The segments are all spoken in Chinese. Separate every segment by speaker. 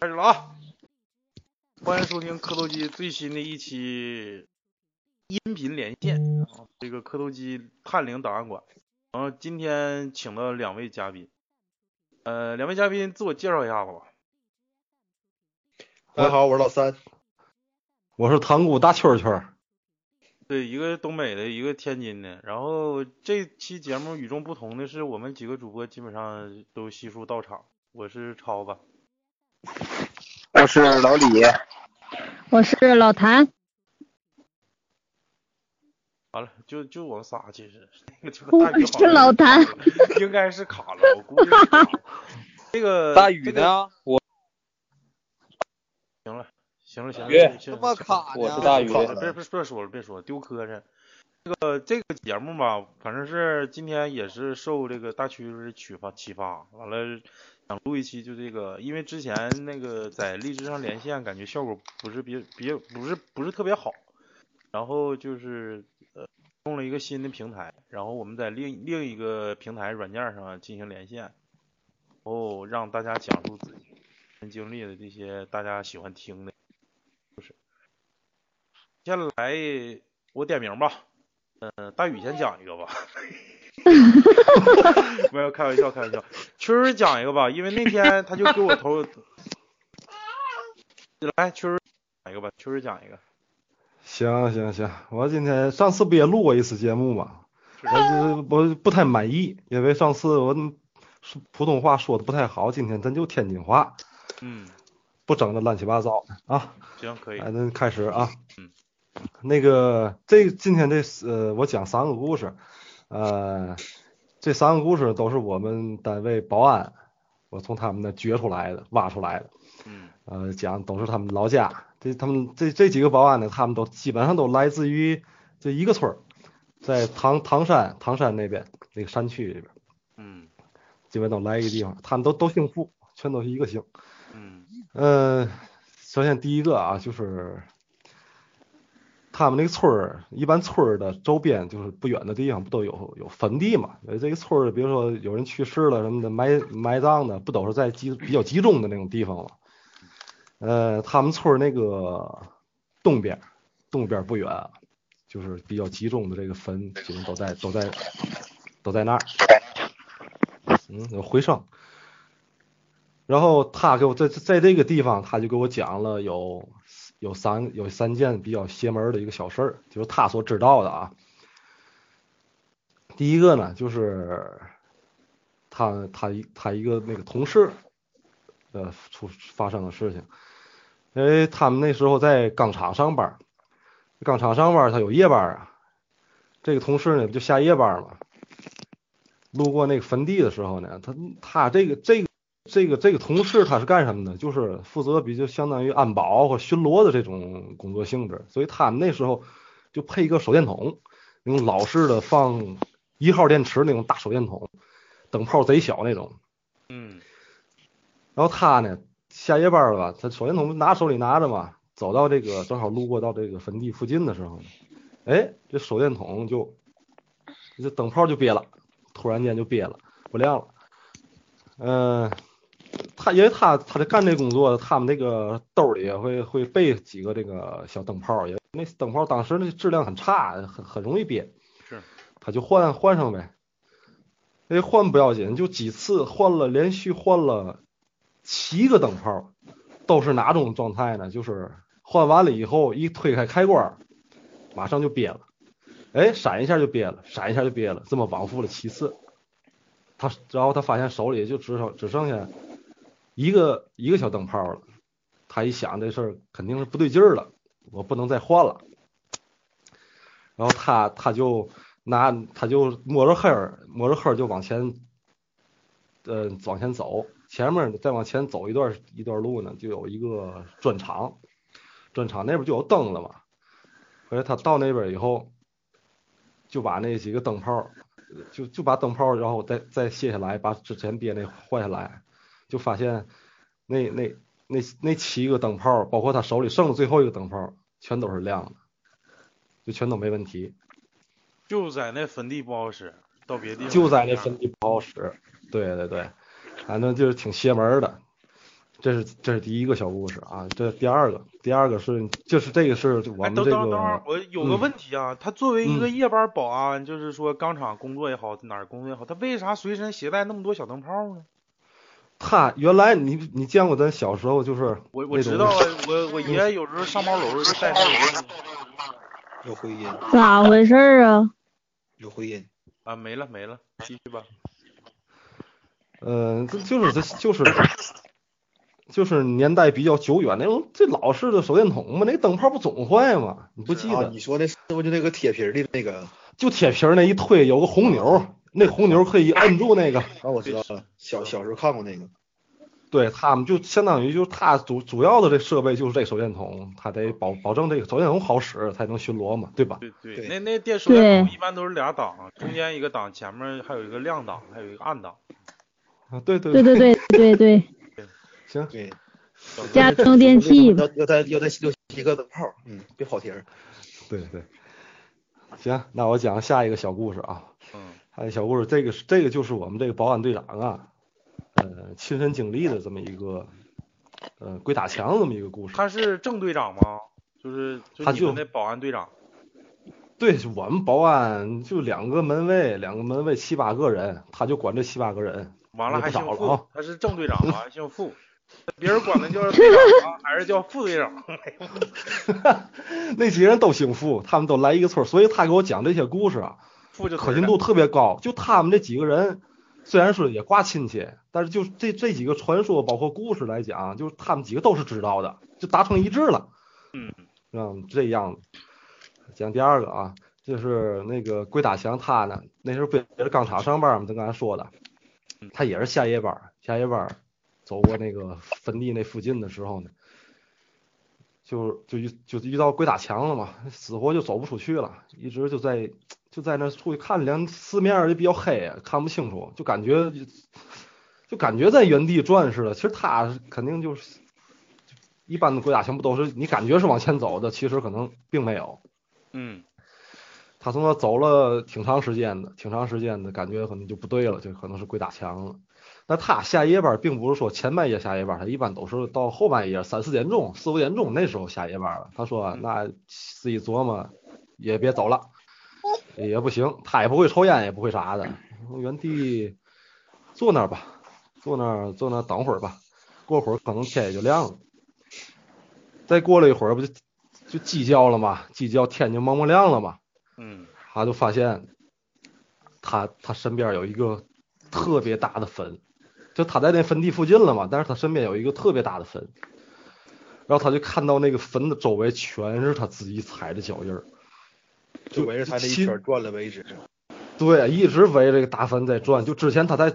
Speaker 1: 开始了啊！欢迎收听磕头机最新的一期音频连线啊，这个磕头机探灵档案馆。然后今天请了两位嘉宾，呃，两位嘉宾自我介绍一下子吧。
Speaker 2: 大家好，我是老三。
Speaker 3: 我是塘沽大蛐蛐儿，
Speaker 1: 对，一个东北的，一个天津的。然后这期节目与众不同的是，我们几个主播基本上都悉数到场。我是超子，
Speaker 4: 我是老李，
Speaker 5: 我是老谭，
Speaker 1: 完了就就我们仨，其实那个就
Speaker 5: 我
Speaker 1: 代表
Speaker 5: 是老谭，
Speaker 1: 应该是卡了，我估计是卡了。呃这个
Speaker 4: 大宇？呢？我
Speaker 1: 这个行了，行了，
Speaker 4: 宇
Speaker 1: 行了，
Speaker 6: 这
Speaker 1: 行
Speaker 6: 么
Speaker 1: 了，
Speaker 6: 卡呢？
Speaker 4: 我是大宇
Speaker 1: 好了，别别别说了，别说了，丢磕碜。这个这个节目吧，反正是今天也是受这个大趋势启发启发，完了想录一期就这个，因为之前那个在荔枝上连线，感觉效果不是别别不是不是特别好，然后就是呃用了一个新的平台，然后我们在另另一个平台软件上进行连线，然后让大家讲述自己亲身经历的这些大家喜欢听的故事。接下来我点名吧，嗯、大宇先讲一个吧。 没有开玩笑，开玩笑。蛐儿讲一个吧，因为那天他就给我投， 来蛐儿讲一个吧，蛐儿讲一个。
Speaker 3: 行行行，我今天上次不也录过一次节目嘛，
Speaker 1: 是
Speaker 3: 我就是我不太满意，因为上次我说普通话说的不太好，今天咱就天津话，
Speaker 1: 嗯，
Speaker 3: 不整那乱七八糟的啊。
Speaker 1: 行，可以
Speaker 3: 哎，。那开始啊
Speaker 1: 嗯，
Speaker 3: 那个这今天这呃，我讲三个故事，呃，这三个故事都是我们单位保安，我从他们那掘出来的，挖出来的。
Speaker 1: 嗯
Speaker 3: 呃，讲都是他们老家，这他们这这几个保安呢，他们都基本上都来自于这一个村儿，在唐唐山唐山那边那个山区里边，
Speaker 1: 嗯
Speaker 3: 基本都来一个地方，他们都都姓付，全都是一个姓。
Speaker 1: 嗯
Speaker 3: 嗯、首先第一个啊，就是他们那个村儿，一般村儿的周边就是不远的地方不都有有坟地嘛？呃，这个村儿，比如说有人去世了什么的，埋埋葬的不都是在集比较集中的那种地方吗？呃，他们村儿那个东边儿，东边儿不远啊，就是比较集中的这个坟，基本都在都在都在那儿。嗯，有回声。然后他给我在在这个地方，他就给我讲了有有三有三件比较邪门儿的一个小事儿，就是他所知道的啊。第一个呢，就是他他一他一个那个同事，呃，出发生的事情，因为他们那时候在钢厂上班儿，钢厂上班儿他有夜班儿啊，这个同事呢不就下夜班儿嘛，路过那个坟地的时候呢，他他这个这个这个这个同事他是干什么的？就是负责比较相当于安保或巡逻的这种工作性质，所以他们那时候就配一个手电筒，那种老式的放一号电池那种大手电筒，灯泡贼小那种。
Speaker 1: 嗯
Speaker 3: 然后他呢，下夜班了吧？他手电筒拿手里拿着嘛，走到这个正好路过到这个坟地附近的时候呢，哎，这手电筒就这灯泡就憋了，突然间就憋了，不亮了。嗯、他因为他他在干这工作，他们那个兜里会会备几个这个小灯泡，也那灯泡当时那质量很差，很很容易憋。
Speaker 1: 是，
Speaker 3: 他就换换上呗。那换不要紧，就几次换了，连续换了七个灯泡，都是哪种状态呢？就是换完了以后，一推开开关，马上就憋了，哎，闪一下就憋了，闪一下就憋了，这么往复了七次。他然后他发现手里就只剩只剩下一个一个小灯泡了，他一想这事儿肯定是不对劲儿了，我不能再换了。然后他他就拿他就摸着黑儿摸着黑儿就往前，呃往前走，前面再往前走一段一段路呢，就有一个砖厂，砖厂那边就有灯了嘛。后来他到那边以后，就把那几个灯泡儿，呃就就把灯泡儿，然后再再卸下来，把之前憋那换下来，就发现那那那那七个灯泡儿，包括他手里剩的最后一个灯泡儿，全都是亮的，就全都没问题。
Speaker 1: 就在那坟地不好使，到别地方哎
Speaker 3: 就在那坟地不好使。对对对，反正就是挺邪门儿的。这是这是第一个小故事啊，这第二个，第二个是就是这个是我
Speaker 1: 哎，
Speaker 3: 们
Speaker 1: 等
Speaker 3: 这
Speaker 1: 等等会儿
Speaker 3: 个，
Speaker 1: 我有个
Speaker 3: 嗯
Speaker 1: 问题啊，他作为一个
Speaker 3: 嗯
Speaker 1: 夜班保安，就是说钢厂工作也好，哪儿工作也好，他为啥随身携带那么多小灯泡呢？
Speaker 3: 他原来你你见过咱小时候就是
Speaker 1: 我我
Speaker 3: 那
Speaker 1: 知
Speaker 3: 种
Speaker 1: 道啊，我我爷有时候上猫楼就带那个东西
Speaker 4: 有回音，
Speaker 5: 咋回事儿啊？
Speaker 4: 有回音。
Speaker 1: 啊，没了没了，继续吧。
Speaker 3: 呃，这就是这就是就是年代比较久远那种最老式的手电筒嘛，那个灯泡不总坏嘛，你不记
Speaker 4: 啊，
Speaker 3: 得？
Speaker 4: 你说的是不是就那个铁皮儿的那个？
Speaker 3: 就铁皮儿那一推有个红钮儿，那红钮儿可以摁住那个，
Speaker 4: 啊，我知道了，
Speaker 1: 嗯
Speaker 4: 小小时候看过那个。
Speaker 3: 对他们就相当于就是他主主要的这设备就是这手电筒，他得保保证这个手电筒好使才能巡逻嘛，对吧？
Speaker 1: 对对，
Speaker 4: 对
Speaker 1: 那那电手电筒
Speaker 5: 对
Speaker 1: 一般都是俩档，中间一个档，前面还有一个亮档，还有一个暗档。
Speaker 3: 啊，对对
Speaker 5: 对对对对对，
Speaker 3: 行，
Speaker 4: 对，
Speaker 5: 家用电器
Speaker 4: 要要带要带六七个灯泡儿，嗯，别跑题儿。
Speaker 3: 对对，行，那我讲下一个小故事啊。
Speaker 1: 嗯，
Speaker 3: 还有小故事，这个是这个就是我们这个保安队长啊，呃，亲身经历的这么一个，呃，鬼打墙这么一个故事。
Speaker 1: 他是正队长吗？就是就
Speaker 3: 他
Speaker 1: 你
Speaker 3: 就
Speaker 1: 们那保安队长。
Speaker 3: 对，就我们保安就两个门卫，两个门卫七八个人，他就管这七八个人。
Speaker 1: 完了还姓
Speaker 3: 那不少了
Speaker 1: 傅
Speaker 3: 啊，
Speaker 1: 他是正队长吗？还姓傅？别人管他叫队长啊吗？还是叫副队长？哎
Speaker 3: 那几个人都姓傅，他们都来一个村儿，所以他给我讲这些故事啊，
Speaker 1: 副就
Speaker 3: 可
Speaker 1: 头儿
Speaker 3: 信度特别高。就他们这几个人，虽然说也挂亲戚，但是就这这几个传说包括故事来讲，就是他们几个都是知道的，就达成一致了。
Speaker 1: 嗯，
Speaker 3: 嗯，这样子。讲第二个啊，就是那个鬼打墙他呢，那时候不也是钢厂上班吗？就刚才说的，
Speaker 1: 嗯
Speaker 3: 他也是下夜班儿，下夜班儿走过那个坟地那附近的时候呢，就就遇就遇到鬼打墙了嘛，死活就走不出去了，一直就在就在那出去看两四面儿也比较黑啊，看不清楚，就感觉就感觉在原地转似的。其实他肯定就是一般的鬼打墙不都是你感觉是往前走的，其实可能并没有。
Speaker 1: 嗯，
Speaker 3: 他从那走了挺长时间的，挺长时间的感觉可能就不对了，就可能是鬼打墙了。那他下夜班并不是说前半夜下夜班，他一般都是到后半夜三四点钟、四五点钟那时候下夜班了。他说啊那自己琢磨也别走了，也不行，他也不会抽烟，也不会啥的，原地坐那儿吧，坐那儿坐那儿等会儿吧，过会儿可能天也就亮了。再过了一会儿不就就鸡叫了嘛，鸡叫天就蒙蒙亮了嘛。
Speaker 1: 嗯，
Speaker 3: 他就发现他他身边有一个特别大的坟，就他在那坟地附近了嘛，但是他身边有一个特别大的坟，然后他就看到那个坟的周围全是他自己踩的脚印儿，
Speaker 4: 就围着他这一
Speaker 3: 亲
Speaker 4: 圈儿转了为止。
Speaker 3: 对，一直围着这个大坟在转。就之前他在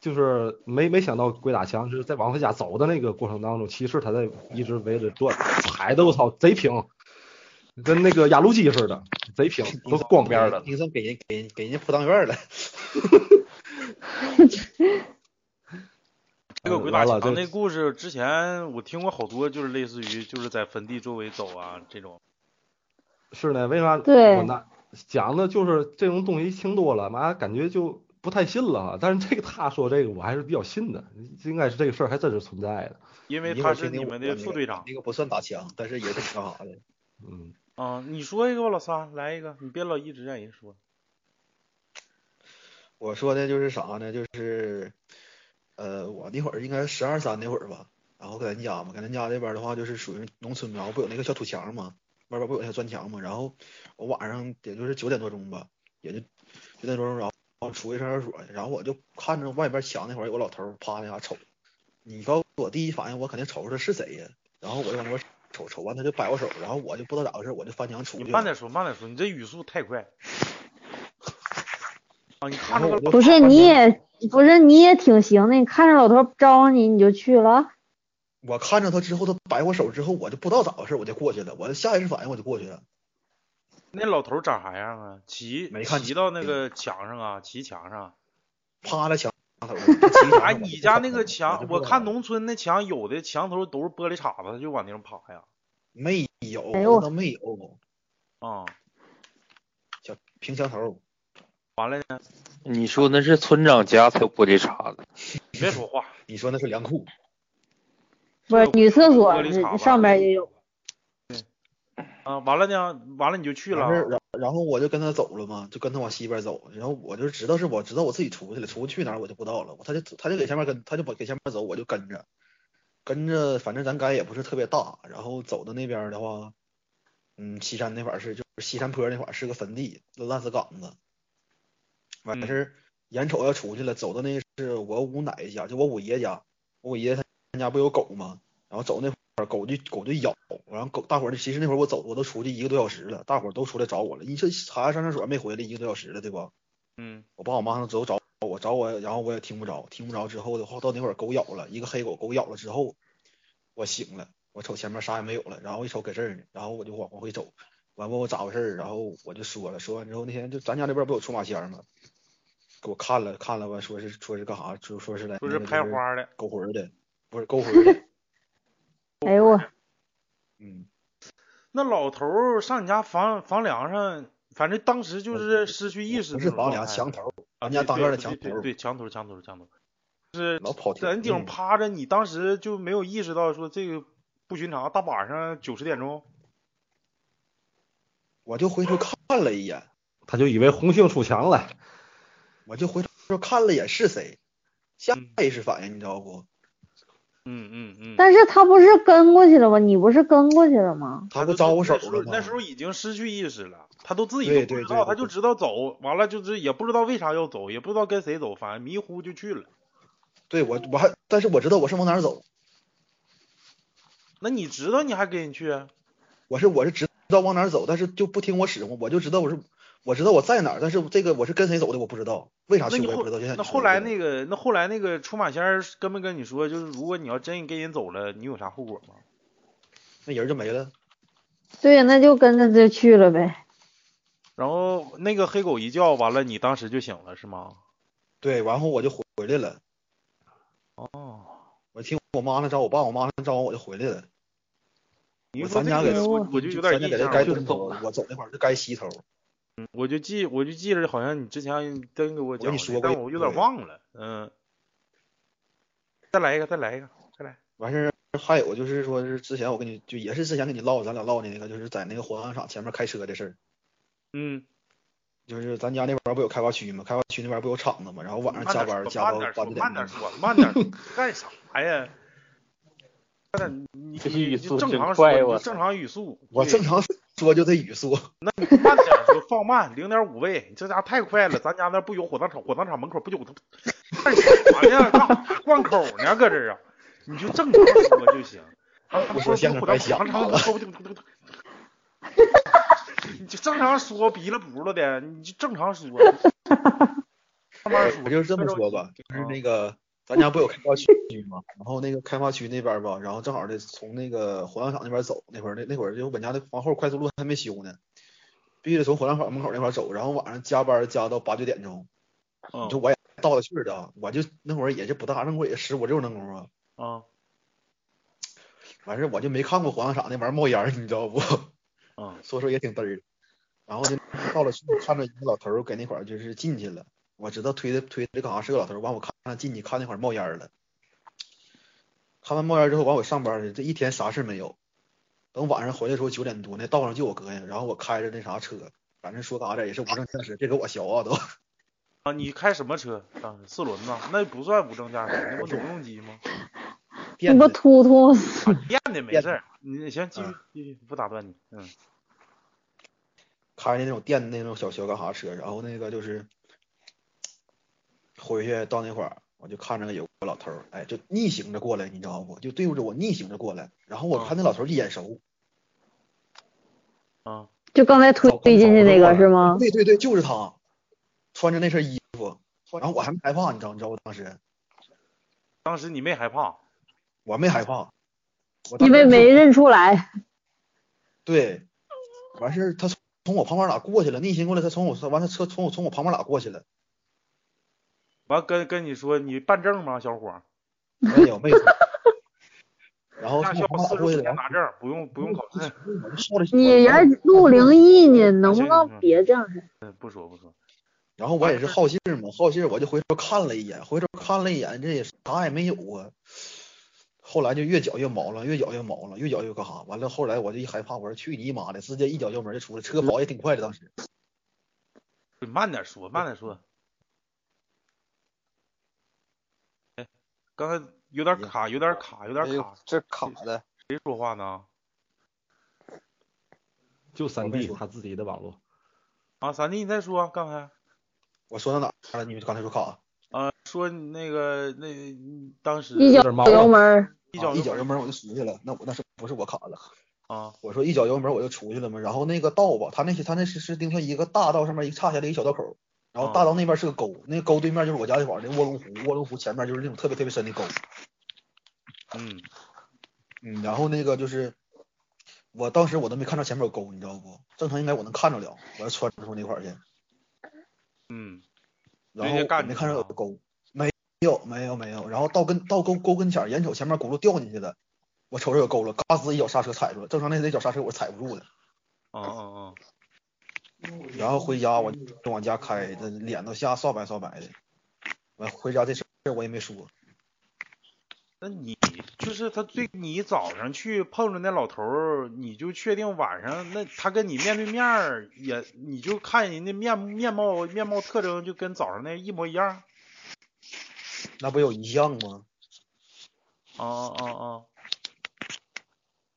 Speaker 3: 就是没没想到鬼打墙是在往回家走的那个过程当中，其实他在一直围着转，踩的我操贼平，跟那个压路机似的，贼平，都是光边儿的。
Speaker 4: 丁生给人给人给人家铺当院儿了。
Speaker 1: 这个鬼打
Speaker 3: 完了
Speaker 1: 墙
Speaker 3: 这
Speaker 1: 那故事之前我听过好多，就是类似于就是在坟地周围走啊这种。
Speaker 3: 是呢，为啥
Speaker 5: 对
Speaker 3: 我那讲的就是这种东西听多了，妈感觉就不太信了啊。但是这个他说这个我还是比较信的，应该是这个事儿还真是存在的。
Speaker 1: 因为
Speaker 4: 一
Speaker 1: 他
Speaker 4: 会儿
Speaker 1: 是
Speaker 4: 听听
Speaker 1: 你
Speaker 4: 我
Speaker 1: 们
Speaker 4: 我
Speaker 1: 的
Speaker 4: 那
Speaker 1: 副
Speaker 4: 个
Speaker 1: 队长
Speaker 4: 那个不算打枪，但是也挺干啥的。
Speaker 3: 嗯，
Speaker 1: 啊、你说一个吧，老三，来一个，你别老一直让人说。
Speaker 4: 我说的就是啥呢？就是，呃，我那会儿应该十二三那会儿吧，然后搁咱家嘛，搁咱家这边儿的话，就是属于农村嘛，然后不有那个小土墙嘛，外边儿不有那小砖墙嘛，然后我晚上也就是九点多钟吧，也就九点多钟，然后出去上厕所去，然后我就看着外边墙那会儿有个老头儿趴那啥瞅，你告诉我第一反应我肯定瞅瞅他是谁呀，然后我就往那边瞅瞅完他就摆我手，然后我就不知道咋回事，我就翻墙出
Speaker 1: 你
Speaker 4: 去
Speaker 1: 慢
Speaker 4: 了，
Speaker 1: 点说，慢点说，你这语速太快。啊，你看
Speaker 4: 然后
Speaker 1: 着个
Speaker 4: 我就
Speaker 5: 不是
Speaker 4: 翻
Speaker 5: 你
Speaker 4: 墙
Speaker 5: 也不是你也挺行的，你看着老头招呼你你就去了，
Speaker 4: 我看着他之后，他摆我手之后，我就不知道咋回事，我就过去了。我下意识反应我就过去了，
Speaker 1: 那老头长啥样啊？骑
Speaker 4: 没看
Speaker 1: 骑
Speaker 4: 见
Speaker 1: 到那个墙上啊，骑墙上。
Speaker 4: 趴在墙头儿。他骑墙
Speaker 1: 哎，
Speaker 4: 上
Speaker 1: 你家那个墙，我看
Speaker 4: 都
Speaker 1: 农村那墙，有的墙头都是玻璃碴子，他就往那上爬呀。
Speaker 4: 没有，
Speaker 5: 哎呦
Speaker 4: 那倒没有，
Speaker 1: 啊、
Speaker 4: 平墙头儿。
Speaker 1: 完了呢，
Speaker 2: 你说那是村长家才有玻璃碴子，
Speaker 1: 你别说话，
Speaker 4: 你说那是粮库，
Speaker 5: 不是女厕所
Speaker 1: 玻璃碴吧
Speaker 5: 上边也有，
Speaker 1: 啊，完了呢，完了你就去
Speaker 4: 完事儿
Speaker 1: 了，啊
Speaker 4: 然然后我就跟他走了嘛，就跟他往西边走。然后我就知道是我知道我自己出去了，出去哪儿我就不知道了。他就他就给前面跟，他就往给前面走，我就跟着，跟着反正咱杆也不是特别大。然后走到那边的话，嗯，西山那块儿是就是西山坡那块儿是个坟地，烂死岗子。完
Speaker 1: 嗯
Speaker 4: 事儿眼瞅要出去了，走到那个是我五奶家，就我五爷家，我五爷他他家不有狗吗？然后走那会儿狗就狗就咬，然后狗大伙儿其实那会儿我走我都出去一个多小时了，大伙儿都出来找我了。你这孩子上厕所没回来一个多小时了，对吧？
Speaker 1: 嗯
Speaker 4: 我爸我妈都找我找我，然后我也听不着，听不着之后的话，到那会儿狗咬了一个黑狗，狗咬了之后，我醒了，我瞅前面啥也没有了，然后一瞅搁这儿呢，然后我就往往回走，完问我咋回事儿，然后我就说了，说完之后那天就咱家那边不有出马仙儿吗？给我看了看了吧，说是说是干啥，说说是来
Speaker 1: 说是拍花的，
Speaker 4: 勾魂儿的，不是勾魂儿的，
Speaker 5: 哎呦我，
Speaker 4: 嗯。
Speaker 1: 那老头儿上你家房房梁上，反正当时就
Speaker 4: 不
Speaker 1: 是
Speaker 4: 是
Speaker 1: 失去意识
Speaker 4: 不
Speaker 1: 那
Speaker 4: 是
Speaker 1: 种
Speaker 4: 房
Speaker 1: 状
Speaker 4: 梁，
Speaker 1: 态
Speaker 4: 墙头，
Speaker 1: 啊，
Speaker 4: 咱家
Speaker 1: 对
Speaker 4: 当
Speaker 1: 对
Speaker 4: 院的
Speaker 1: 对
Speaker 4: 墙
Speaker 1: 对
Speaker 4: 头
Speaker 1: 对墙头墙头墙头，
Speaker 4: 老跑题。
Speaker 1: 在人顶上
Speaker 4: 嗯
Speaker 1: 趴着，你当时就没有意识到说这个不寻常，大晚上九十点钟，
Speaker 4: 我就回头看了一眼，
Speaker 3: 他就以为红杏出墙了。
Speaker 4: 我就回头看了一眼是谁，下
Speaker 1: 嗯
Speaker 4: 意识反应你知道不？
Speaker 1: 嗯嗯嗯。
Speaker 5: 但是他不是跟过去了吗？你不是跟过去了吗？
Speaker 4: 他
Speaker 1: 就
Speaker 4: 不招我手
Speaker 1: 那时候
Speaker 4: 了吗？
Speaker 1: 那时候已经失去意识了，他都自己
Speaker 4: 对
Speaker 1: 都不
Speaker 4: 对
Speaker 1: 知
Speaker 4: 对
Speaker 1: 道，
Speaker 4: 对
Speaker 1: 他就
Speaker 4: 对
Speaker 1: 知道走，完了就是也不知道为啥要走，也不知道跟谁走，反正迷糊就去了。
Speaker 4: 对我我还，但是我知道我是往哪儿走，
Speaker 1: 那你知道你还跟人去啊？
Speaker 4: 我是我是知道往哪儿走，但是就不听我使唤，我就知道我是我知道我在哪儿，但是这个我是跟谁走的我不知道，为啥
Speaker 1: 那
Speaker 4: 去
Speaker 1: 你
Speaker 4: 我也
Speaker 1: 后
Speaker 4: 不知道。就像你
Speaker 1: 那
Speaker 4: 说
Speaker 1: 后
Speaker 4: 的
Speaker 1: 来
Speaker 4: 这个
Speaker 1: 那个那后来那个出马仙儿跟没跟你说，就是如果你要真跟人走了，你有啥后果吗？
Speaker 4: 那人就没了，
Speaker 5: 对，那就跟着就去了呗。
Speaker 1: 然后那个黑狗一叫完了，你当时就醒了是吗？
Speaker 4: 对，然后我就回回来了，
Speaker 1: 哦，
Speaker 4: 我听我妈那招，我爸我妈那招，我就回来了。
Speaker 1: 你
Speaker 4: 我
Speaker 1: 说
Speaker 4: 咱
Speaker 1: 这
Speaker 4: 家给
Speaker 1: 个
Speaker 5: 他
Speaker 1: 我我就有点
Speaker 4: 咱家
Speaker 1: 印
Speaker 4: 在这
Speaker 1: 象
Speaker 4: 该
Speaker 1: 了，
Speaker 4: 东头，我走那块儿是该西头。
Speaker 1: 我就记我就记着好像你之前真给我
Speaker 4: 跟
Speaker 1: 讲
Speaker 4: 你
Speaker 1: 过，
Speaker 4: 说过
Speaker 1: 但
Speaker 4: 一
Speaker 1: 我有点
Speaker 4: 回
Speaker 1: 忘了，嗯。再来一个，再来一个，再来。
Speaker 4: 完事儿还有就是说是之前我跟你就也是之前跟你唠，咱俩唠的那个就是在那个火葬场前面开车的事儿，
Speaker 1: 嗯，
Speaker 4: 就是咱家那边儿不有开发区吗？开发区那边儿不有厂子吗？然后晚上啊加班儿加到
Speaker 1: 慢点
Speaker 4: 八
Speaker 1: 说，
Speaker 4: 九
Speaker 1: 慢
Speaker 4: 点
Speaker 1: 点说，慢点
Speaker 4: 钟。
Speaker 1: 说，干啥 呀？慢点，你
Speaker 2: 这语
Speaker 1: 你
Speaker 2: 速
Speaker 1: 正
Speaker 2: 真
Speaker 1: 常说，
Speaker 2: 快
Speaker 1: 你就
Speaker 2: 我操
Speaker 1: 正常语速。
Speaker 4: 我
Speaker 1: 对
Speaker 4: 正常说就这语速，
Speaker 1: 慢点说，放慢零点五倍，你这家太快了。咱家那不有火葬场，火葬场门口不有他干啥呢？干啥灌口呢？搁这儿啊？你就正常说就行。
Speaker 4: 我说相声白瞎了。
Speaker 1: 你就正常说，鼻了蹼了的，你就正常说。慢慢说，
Speaker 4: 我就是这么说吧，就是那个咱家不有开发区吗？然后那个开发区那边儿吧，然后正好的从那个火葬场那边儿走，那会儿那那会儿就本家的皇后快速路还没修呢，必须得从火葬场门口那块儿走，然后晚上加班儿加到八九点钟。
Speaker 1: 嗯
Speaker 4: 你说我也到了去儿的，我就那会儿也就不大，那会儿也十五六那功夫，
Speaker 1: 啊
Speaker 4: 完事儿我就没看过火葬场那玩意儿冒烟儿，你知道不？
Speaker 1: 啊
Speaker 4: 所以说也挺嘚儿的。然后就到了去儿，看着一个老头儿搁那块儿就是进去了，我知道推的推的干啥是个老头儿，完我看他进去看那块儿冒烟儿了，看完冒烟儿之后，完我上班去，这一天啥事儿没有。等晚上回来的时候九点多，那道上就我哥呀，然后我开着那啥车，反正说嘎达也是无证驾驶，这给我削啊都。
Speaker 1: 啊！你开什么车？当时四轮子，那不算无证驾驶，那不农用机 吗？
Speaker 5: 你
Speaker 4: 电
Speaker 5: 不
Speaker 4: 的
Speaker 5: 突突死，
Speaker 1: 电的嗯没事儿，你行，继续继续，不打断你。嗯
Speaker 4: 开的那种电的那种小小干哈车，然后那个就是回去到那块儿，我就看着有个老头儿，哎，就逆行着过来，你知道不？就对着我逆行着过来，然后我看那老头儿就眼熟，
Speaker 1: 啊
Speaker 5: 就刚才推推进去那个是吗？
Speaker 4: 对对对，就是他，穿着那身衣服，然后我还没害怕，你知道你知道不？当时
Speaker 1: 当时你没害怕？
Speaker 4: 我没害怕，我
Speaker 5: 因
Speaker 4: 当时
Speaker 5: 为
Speaker 4: 就
Speaker 5: 没认出来，
Speaker 4: 对，完事儿他从从我旁边哪过去了，逆行过来，他从我完他车从我从我旁边哪过去了。
Speaker 1: 完跟跟你说，你办证吗，小伙儿？
Speaker 4: 没有哎没有。 然后
Speaker 1: 驾
Speaker 4: 从
Speaker 1: 校
Speaker 4: 哦我旁
Speaker 1: 四十
Speaker 4: 边打过去
Speaker 1: 五
Speaker 4: 了，
Speaker 1: 天
Speaker 4: 然后
Speaker 1: 拿证，不用不用考试。
Speaker 4: 我就笑了
Speaker 5: 你人录灵异呢，能不
Speaker 1: 行行
Speaker 5: 能
Speaker 1: 行
Speaker 5: 别这样式儿？
Speaker 1: 嗯，不说不说。
Speaker 4: 然后我也是好信儿嘛，好信儿我就回头看了一眼，回头看了一眼，这也啥也没有啊。啊后来就越脚越毛了，越脚越毛了，越脚越干哈。完了后来我就一害怕，我说去你妈的，直接一脚油门就出来，车跑也挺快的当时。
Speaker 1: 你慢点说，慢点说。哎，刚才有点卡，有点卡，有
Speaker 2: 哎
Speaker 1: 点
Speaker 2: 呦
Speaker 1: 卡，，
Speaker 2: 这卡的，
Speaker 1: 谁说话呢？
Speaker 3: 就三
Speaker 4: 我跟你
Speaker 3: D
Speaker 4: 说
Speaker 3: 他自己的网络，
Speaker 1: 啊，三弟你再说，刚才
Speaker 4: 我说到哪儿了？你们刚才说卡，啊
Speaker 1: 呃说你那个那你当时
Speaker 5: 一脚
Speaker 3: 点毛
Speaker 5: 油门儿，
Speaker 1: 一脚
Speaker 4: 啊一脚
Speaker 1: 油
Speaker 4: 油门我就出去了。那我那是不是我卡了？
Speaker 1: 啊
Speaker 4: 我说一脚油门我就出去了嘛。然后那个道吧，他那些他那是是定向一个大道上面一岔下来一小道口，然
Speaker 1: 啊
Speaker 4: 后大道那边是个沟，那个沟对面就是我家那块儿那卧龙湖，卧龙湖前面就是那种特别特别深的沟。
Speaker 1: 嗯
Speaker 4: 嗯，然后那个就是，我当时我都没看着前面有沟，你知道不？正常应该我能看着了，我要穿出那块儿去，
Speaker 1: 嗯
Speaker 4: 然
Speaker 1: 直
Speaker 4: 后
Speaker 1: 接
Speaker 4: 我
Speaker 1: 干啊
Speaker 4: 没
Speaker 1: 进
Speaker 4: 看
Speaker 1: 去
Speaker 4: 着有
Speaker 1: 了
Speaker 4: 沟，没有没有没有，然后到跟到沟沟跟前儿，眼瞅前面轱辘掉进去了，我瞅着有沟了，嘎吱一脚刹车踩住了，正常那那脚刹车我是踩不住的。
Speaker 1: 嗯嗯
Speaker 4: 然后回家我就往家开，这脸都吓臊白臊白的。完回家这事儿我也没说，
Speaker 1: 嗯，那你就是他最你早上去碰着那老头儿，你就确定晚上那他跟你面对面儿也你就看人家面面貌面貌特征就跟早上那一模一样
Speaker 4: 那不有遗像吗？
Speaker 1: 啊啊啊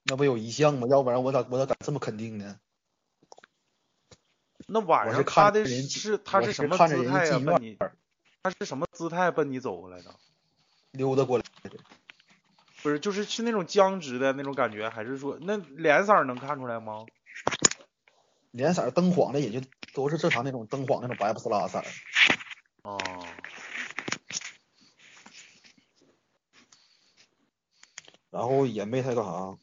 Speaker 4: 那不有遗像吗？要不然我咋我咋敢这么肯定呢？
Speaker 1: 那晚
Speaker 4: 我
Speaker 1: 上
Speaker 4: 是
Speaker 1: 他
Speaker 4: 看
Speaker 1: 的
Speaker 4: 着人进
Speaker 1: 是他
Speaker 4: 我
Speaker 1: 是
Speaker 4: 是
Speaker 1: 什么
Speaker 4: 看着
Speaker 1: 姿
Speaker 4: 人
Speaker 1: 态呀、
Speaker 4: 进院
Speaker 1: 奔你他是什么姿态奔你走过来的？
Speaker 4: 溜达过来，
Speaker 1: 不是，就是是那种僵直的那种感觉，还是说那脸色儿能看出来吗？
Speaker 4: 脸色儿灯晃的也就都是正常那种灯晃那种白不呲啦色儿。
Speaker 1: 哦，
Speaker 4: 然后也没太干啥。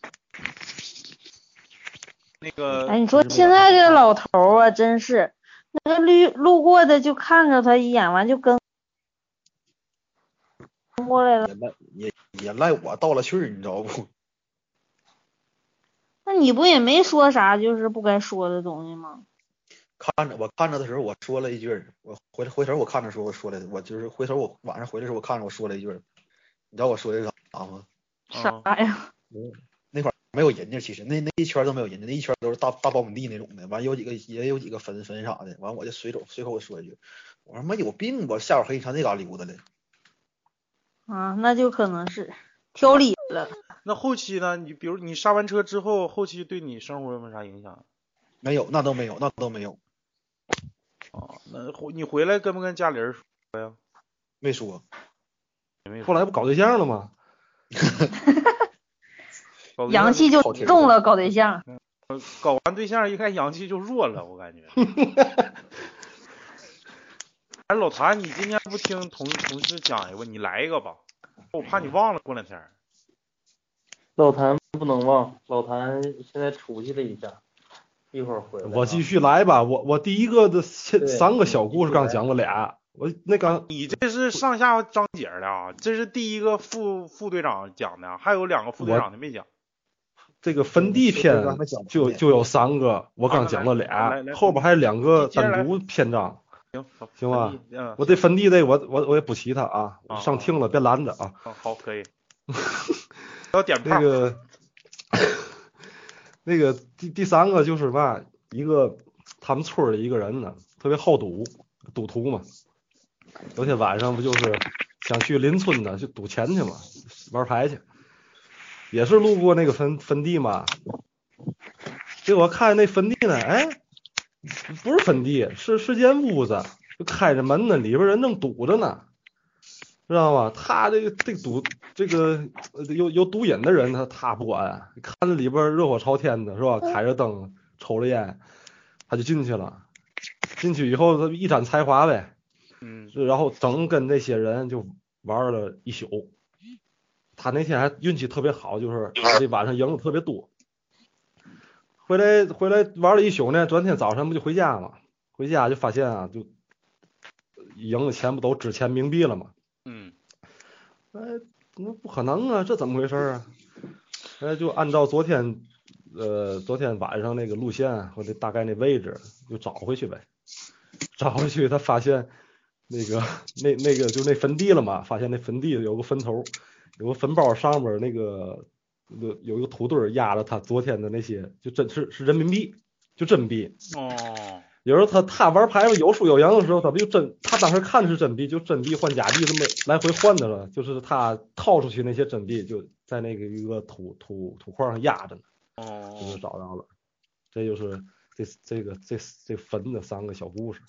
Speaker 1: 那个，
Speaker 5: 哎，你说现在这个老头儿啊，真是那个绿路过的就看着他一眼，完就跟跟过来了。
Speaker 4: 也赖也也赖我道了去儿，你知道不？
Speaker 5: 那你不也没说啥就是不该说的东西吗？
Speaker 4: 看着我看着的时候，我说了一句儿，我回头回头我看着时候我说了，我就是回头我晚上回来的时候我看着我说了一句儿，你知道我说的是啥吗？
Speaker 5: 啥
Speaker 1: 嗯，
Speaker 5: 呀？
Speaker 4: 没有人家，其实那那一圈儿都没有人家，那一圈儿都是大大苞米地那种的。完有几个也有几个坟坟啥的，完我就随口随口我说一句，我说妈有病吧，下午黑你上那嘎溜达来。
Speaker 5: 啊，那就可能是挑理了。
Speaker 1: 那后期呢？你比如你刹完车之后，后期对你生活有没有啥影响？
Speaker 4: 没有，那都没有，那都没有，
Speaker 1: 啊，那回你回来跟不跟家里人说呀？
Speaker 4: 没说。
Speaker 1: 也没
Speaker 3: 后来不搞对象了吗？
Speaker 1: 搞对象
Speaker 5: 阳气就
Speaker 4: 好听
Speaker 5: 重了，嗯搞对象。
Speaker 1: 搞完对象，一看阳气就弱了，我感觉。哎，老谭，你今天不听同同事讲一个，你来一个吧，我怕你忘了过两天儿。
Speaker 6: 老谭不能忘，老谭现在出去了一下，一会儿回来啊。
Speaker 3: 我继续来吧，我我第一个的现
Speaker 6: 对
Speaker 3: 三个小故事刚讲了俩，我那刚
Speaker 1: 你这是上下章节的啊，这是第一个副副队长讲的，啊还有两个副队
Speaker 3: 我
Speaker 1: 长的没讲。
Speaker 3: 这个坟地篇
Speaker 4: 刚才讲完
Speaker 3: 就
Speaker 4: 了
Speaker 3: 就有三个，我
Speaker 1: 啊
Speaker 3: 刚讲了
Speaker 1: 来来
Speaker 3: 俩
Speaker 1: 来，
Speaker 3: 后边还有两个
Speaker 1: 你接着来
Speaker 3: 单独篇章。
Speaker 1: 行，好
Speaker 3: 行吧
Speaker 1: 可以嗯，
Speaker 3: 我这坟地这我我我也补齐它啊
Speaker 1: 啊，
Speaker 3: 上听了别拦着啊。
Speaker 1: 嗯好好， 可以。要点
Speaker 3: 那
Speaker 1: 胖，
Speaker 3: 个那个第第三个就是嘛，一个他们村儿里一个人呢，特别好赌，赌徒嘛。有天晚上不就是想去邻村呢，去赌钱去嘛，玩牌去，也是路过那个坟坟地嘛。结果看那坟地呢，哎，不是坟地，是是间屋子，就开着门呢，里边人正堵着呢，知道吗？他这个这个赌这个呃有有毒瘾的人，他他不管，看着里边热火朝天的是吧？开着灯，抽着烟，他就进去了。进去以后，他一展才华呗，
Speaker 1: 嗯，
Speaker 3: 然后整跟那些人就玩了一宿。他那天还运气特别好，就是他这晚上赢的特别多。回来回来玩了一宿呢，转天早上不就回家嘛？回家就发现啊，就赢的钱不都纸钱冥币了吗？
Speaker 1: 嗯，
Speaker 3: 哎，那不可能啊，这怎么回事儿啊？哎，就按照昨天，呃，昨天晚上那个路线和那大概那位置，就找回去呗。找回去，他发现那个那那个就那坟地了嘛，发现那坟地有个坟头，有个坟包上边儿那个有有一个土堆儿压着他昨天的那些，就真是是人民币，就真币。
Speaker 1: 哦，
Speaker 3: 有时候他他玩牌有输有赢的时候，他不就真他当时看的是真币，就真币换假币这么来回换的了，就是他套出去那些真币就在那个一个土土土块上压着呢，
Speaker 1: 哦
Speaker 3: 这就找着了。这就是这这个这这坟的三个小故事。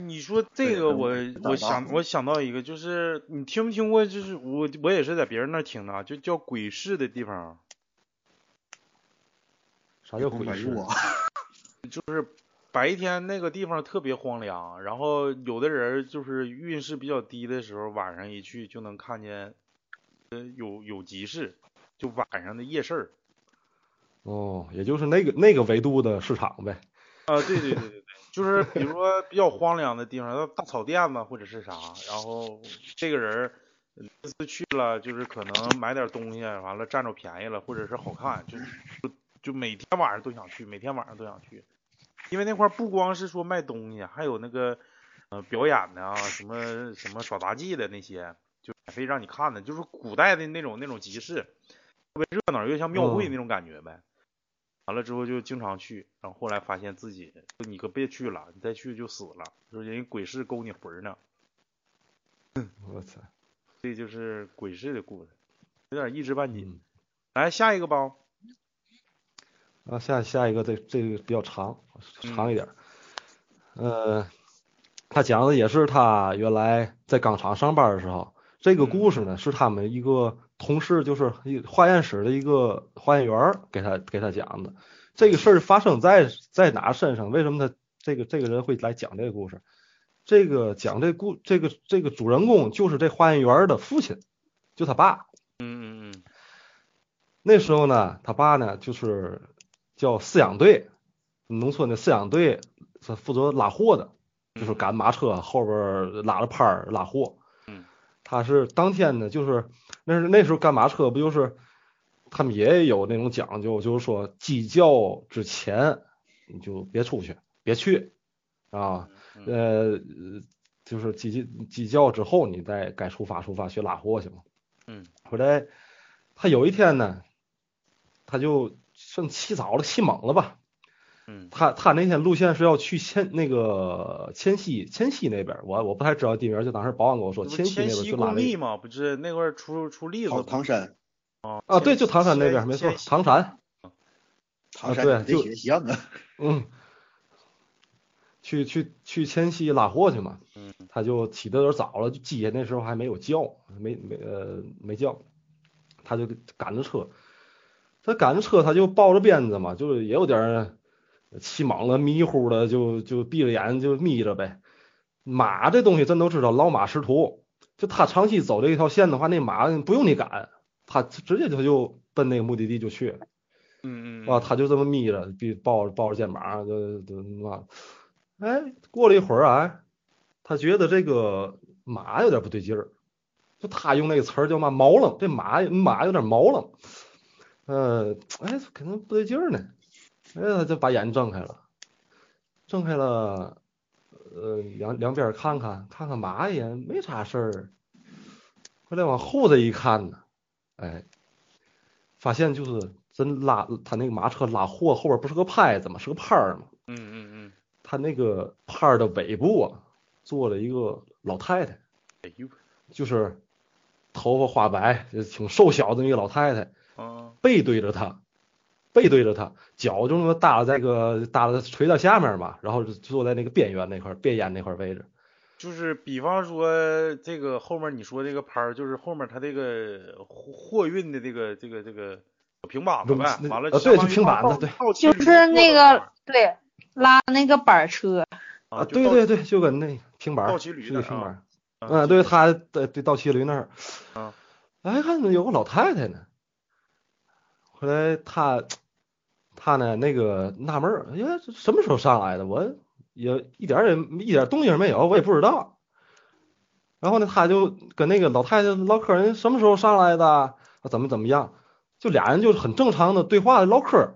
Speaker 1: 你说这
Speaker 4: 对
Speaker 1: 个
Speaker 4: 嗯
Speaker 1: 我
Speaker 4: 找
Speaker 1: 我
Speaker 4: 到
Speaker 1: 想我想到一个，就是你听没听过？就是我我也是在别人那儿听的啊，就叫鬼市的地方，
Speaker 3: 啥叫
Speaker 4: 不
Speaker 3: 鬼
Speaker 4: 白
Speaker 3: 市
Speaker 4: 入？啊，
Speaker 1: 白天那个地方特别荒凉，然后有的人就是运势比较低的时候，晚上一去就能看见，呃，有有集市，就晚上的夜市儿。
Speaker 3: 哦，也就是那个那个维度的市场呗。
Speaker 1: 啊，对对对对对，就是比如说比较荒凉的地方，大草甸子或者是啥，然后这个人儿这次去了，就是可能买点东西，啊完了占着便宜了，或者是好看，就是就就每天晚上都想去，每天晚上都想去，因为那块儿不光是说卖东西，还有那个呃表演的啊，什么什么耍杂技的那些，就免费让你看的，就是古代的那种那种集市，特别热闹，有点像庙会
Speaker 3: 嗯
Speaker 1: 那种感觉呗。完了之后就经常去，然后后来发现自己，你可别去了，你再去就死了，说人家鬼市勾你魂儿呢。
Speaker 3: 我操！
Speaker 1: 这就是鬼市的故事，有点一知半解。
Speaker 3: 嗯
Speaker 1: 来下一个吧，
Speaker 3: 啊，下下一个这这个比较长，长一点儿。呃，他讲的也是他原来在钢厂上班的时候，这个故事呢是他们一个同事，就是一化验室的一个化验员儿给他给他讲的。这个事儿发生在在哪身上？为什么他这个这个人会来讲这个故事？这个讲这故这个这个主人公就是这化验员儿的父亲，就他爸。
Speaker 1: 嗯嗯嗯，
Speaker 3: 那时候呢，他爸呢就是叫饲养队，农村的饲养队是负责拉货的，就是赶马车后边儿拉着拍儿拉货。
Speaker 1: 嗯，
Speaker 3: 他是当天呢，就是那是那时候赶马车不就是他们也有那种讲究，就是说鸡叫之前你就别出去，别去啊，呃，就是鸡鸡叫之后你再该出发出发去拉货去嘛。
Speaker 1: 嗯，
Speaker 3: 回来他有一天呢，他就算起早了，起猛了吧？
Speaker 1: 嗯
Speaker 3: 他他那天路线是要去千那个千溪千溪那边儿，我我不太知道地名，就当时保安跟我说
Speaker 1: 这不
Speaker 3: 千溪
Speaker 1: 迁
Speaker 3: 那边儿
Speaker 1: 徙
Speaker 3: 就拉
Speaker 1: 工
Speaker 3: 那
Speaker 1: 地
Speaker 3: 个
Speaker 1: 嘛，不是那块儿出出栗子
Speaker 4: 唐
Speaker 1: 吗
Speaker 4: 唐山，
Speaker 3: 啊，对，就唐山那边儿，
Speaker 1: 迁
Speaker 3: 没错
Speaker 1: 迁，徙
Speaker 3: 唐山。
Speaker 4: 唐
Speaker 3: 啊对
Speaker 4: 山你
Speaker 3: 就
Speaker 4: 这写像 啊，
Speaker 3: 嗯，去去去迁徙拉货去嘛，
Speaker 1: 嗯
Speaker 3: 他就起得有点早了，就鸡也那时候还没有叫，没没呃没叫，他就赶着车，他赶着车他就抱着鞭子嘛，就是也有点儿起猛了，迷糊了，就就闭着眼就眯着呗。马这东西咱都知道，老马识途，就他长期走这一条线的话，那马不用你赶，他直接他就奔那个目的地就去了。
Speaker 1: 嗯嗯嗯
Speaker 3: 啊，他就这么眯着，比抱着抱着肩膀，就就那，哎，过了一会儿啊，他觉得这个马有点不对劲儿，就他用那个词儿叫嘛毛愣，这马马有点毛愣，呃，哎，可能不对劲儿呢，哎，他就把眼睁开了，睁开了，呃，两两边儿看看看看马一眼，没啥事儿，后来往后头一看呢，哎，发现就是真拉他那个马车拉货后边不是个拍子吗？是个拍儿吗？
Speaker 1: 嗯嗯嗯，
Speaker 3: 他那个拍儿的尾部啊，坐了一个老太太，
Speaker 1: 哎呦，
Speaker 3: 就是头发花白，就挺瘦小的一个老太太，
Speaker 1: 啊
Speaker 3: 背对着他，背对着他，脚就那么搭在个搭在垂到下面嘛，然后就坐在那个边缘那块儿边沿那块儿位置。
Speaker 1: 就是比方说这个后面你说这个拍儿，就是后面他这个货货运的这个这个这个平板子
Speaker 3: 不
Speaker 1: 呗，
Speaker 3: 那
Speaker 1: 完了
Speaker 3: 啊对
Speaker 1: 相当
Speaker 3: 就
Speaker 1: 于
Speaker 3: 平
Speaker 1: 到
Speaker 3: 板子
Speaker 1: 到
Speaker 3: 对
Speaker 1: 到
Speaker 5: 就
Speaker 1: 千禧
Speaker 5: 是
Speaker 1: 工地
Speaker 5: 那
Speaker 1: 那块
Speaker 5: 个
Speaker 1: 儿
Speaker 5: 对，拉那个板儿车，
Speaker 1: 啊，就
Speaker 3: 对
Speaker 1: 到
Speaker 3: 对对，就跟那平板儿，
Speaker 1: 倒骑驴
Speaker 3: 是
Speaker 1: 那
Speaker 3: 个
Speaker 1: 儿
Speaker 3: 平
Speaker 1: 啊
Speaker 3: 板儿。
Speaker 1: 啊
Speaker 3: 嗯，对，他对对倒骑驴那儿，
Speaker 1: 啊，
Speaker 3: 哎，看有个老太太呢。后来他他呢那个纳闷儿，哎呀，这什么时候上来的？我也一点儿也一点儿动静没有，我也不知道。然后呢，他就跟那个老太太唠嗑儿，人什么时候上来的啊？怎么怎么样？就俩人就是很正常的对话唠嗑儿，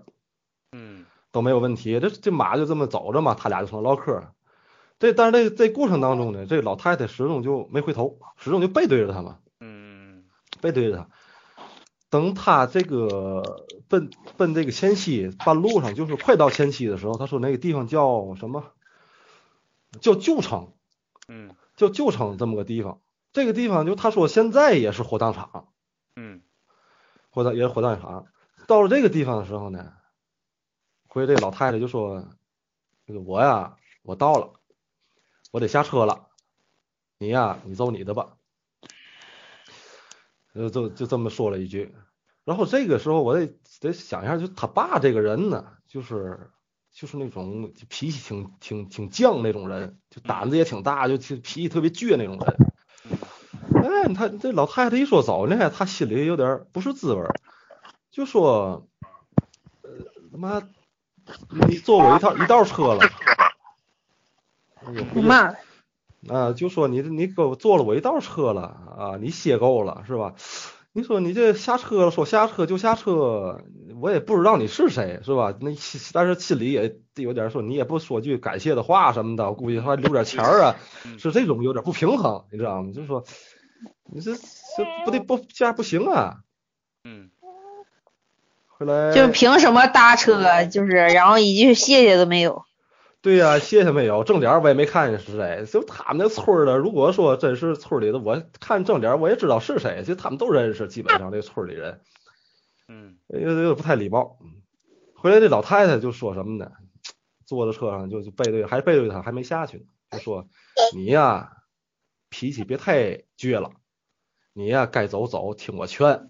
Speaker 1: 嗯
Speaker 3: 都没有问题。这这马就这么走着嘛，他俩就成唠嗑儿。这但是这这过程当中呢，这老太太始终就没回头，始终就背对着他们。
Speaker 1: 嗯嗯
Speaker 3: 背对着他。等他这个奔奔这个千溪，半路上就是快到千溪的时候，他说那个地方叫什么？叫旧城，
Speaker 1: 嗯
Speaker 3: 叫旧城这么个地方。这个地方就他说现在也是火葬场，
Speaker 1: 嗯
Speaker 3: 火葬也是火葬场。到了这个地方的时候呢，回这老太太就说：“那个我呀，我到了，我得下车了，你呀，你走你的吧。”就就就这么说了一句。然后这个时候我得得想一下，就他爸这个人呢，就是就是那种脾气挺挺挺犟那种人，就胆子也挺大，就就脾气特别倔那种人。哎，他这老太太一说走呢，他心里有点儿不是滋味儿，就说，呃，他妈，你坐我一趟一道车了，我
Speaker 5: 你
Speaker 3: 回去
Speaker 5: 妈，
Speaker 3: 啊，就说你你给我坐了我一道车了啊，你歇够了是吧？你说你这下车了，说下车就下车，我也不知道你是谁是吧？那心但是心里也有点说，你也不说句感谢的话什么的，我估计还留点钱儿啊，
Speaker 1: 嗯
Speaker 3: 是这种有点不平衡，你知道吗？就说你这这不得不这样不行啊。
Speaker 1: 嗯
Speaker 3: 后来
Speaker 5: 就是凭什么搭车？啊就是然后一句谢谢都没有。
Speaker 3: 对呀、谢谢没有，正脸儿我也没看见是谁。就他们那村儿的，如果说真是村儿里的，我看正脸儿我也知道是谁，其实他们都认识，基本上这村儿里人
Speaker 1: 嗯
Speaker 3: 有有点不太礼貌。嗯回来这老太太就说什么呢？坐在车上就就背对，还背对他，还没下去呢，就说你呀脾气别太倔了，你呀该走走，听我劝，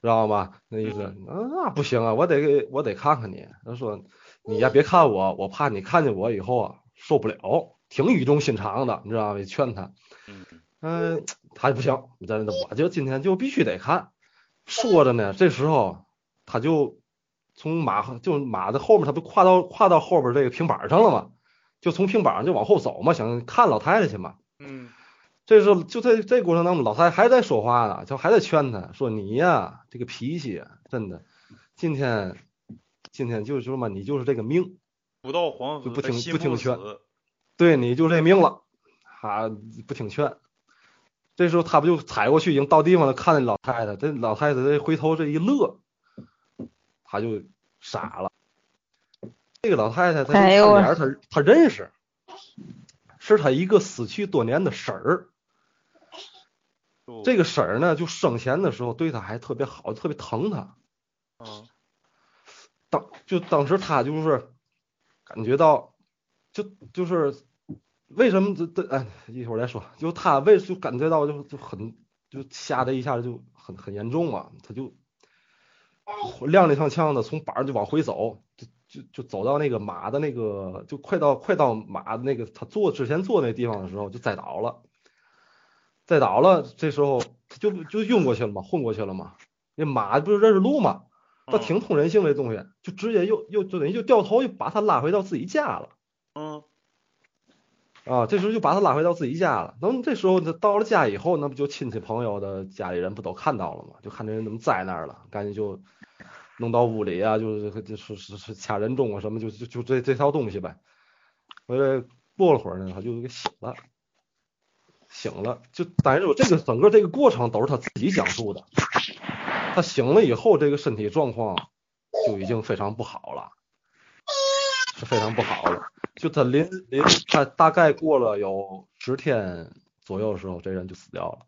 Speaker 3: 知道吗？那意思，那那不行啊，我得给我得看看你。他说你呀别看我，我怕你看见我以后啊受不了，挺语重心长的，你知道吗？劝他，
Speaker 1: 嗯
Speaker 3: 嗯，他也不行，真的，我就今天就必须得看。说着呢，这时候他就从马后就马的后面，他不跨到跨到后边这个平板上了吗？就从平板上就往后走嘛，想看老太太去嘛。
Speaker 1: 嗯
Speaker 3: 这时候就在这过程当中，老太太还在说话呢，就还在劝他说：“你呀、这个脾气真的，今天今天就是说嘛，你就是这个命。”
Speaker 1: 不到黄河
Speaker 3: 就不听
Speaker 1: 心
Speaker 3: 不听
Speaker 1: 死
Speaker 3: 劝对，你就这命了，还、不听劝。这时候他不就踩过去，已经到地方了，看见老太太，这老太太这回头这一乐，他就傻了。这个老太太，她
Speaker 5: 哎
Speaker 3: 这
Speaker 5: 呦
Speaker 3: 看
Speaker 5: 我
Speaker 3: 脸儿她她认识，是她一个死去多年的婶儿。
Speaker 1: 就
Speaker 3: 这个婶儿呢，就生前的时候对她还特别好，特别疼她。
Speaker 1: 嗯
Speaker 3: 当就当时他就是感觉到，就就是为什么这这哎一会儿再说，就他为就感觉到就就很就吓得一下就很很严重嘛，他就踉踉跄跄的从板儿就往回走，就就就走到那个马的那个就快到快到马的那个他坐之前坐那地方的时候就栽倒了，栽倒了，这时候他就就晕过去了嘛，昏过去了嘛，那马不是认识路嘛。他
Speaker 1: 嗯
Speaker 3: 挺通人性这东西，就直接又又就等于就掉头，又把他拉回到自己家了
Speaker 1: 嗯
Speaker 3: 啊。这时候就把他拉回到自己家了。那么这时候他到了家以后，那不就亲戚朋友的家里人不都看到了吗？就看这人怎么栽那儿了，赶紧就弄到屋里啊，就是就是是是掐人中啊什么，就就就这这套东西呗。回来过了会儿呢，他就给醒了，醒了，就等于说这个整个这个过程都是他自己讲述的。他醒了以后，这个身体状况就已经非常不好了，是非常不好了。就他临临他大概过了有十天左右的时候，这人就死掉了。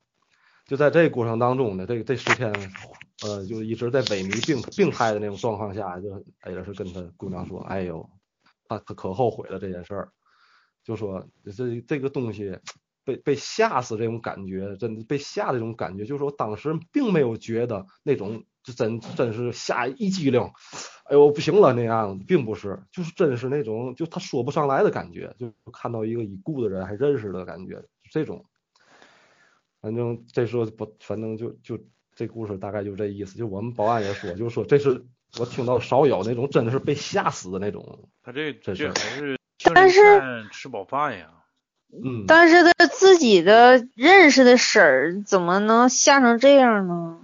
Speaker 3: 就在这个过程当中呢，这个这十天，呃，就一直在萎靡病病态的那种状况下，就哎也是跟他姑娘说，哎呦，他他可后悔了这件事儿，就说这这个东西被被吓死这种感觉，真的被吓的这种感觉，就是我当时并没有觉得那种就真真是吓一激灵，哎呦不行了那样，并不是，就是真是那种就他说不上来的感觉，就看到一个已故的人还认识的感觉，这种。反正这时候不，反正就就这故事大概就这意思。就我们保安也说，就是说这是我听到少有那种真的是被吓死的那种，嗯
Speaker 1: 他这这
Speaker 3: 这事儿
Speaker 1: 还是听
Speaker 5: 但
Speaker 1: 人
Speaker 5: 是
Speaker 1: 劝吃饱饭呀，
Speaker 3: 嗯，
Speaker 5: 但是他自己的认识的婶儿怎么能吓成这样呢？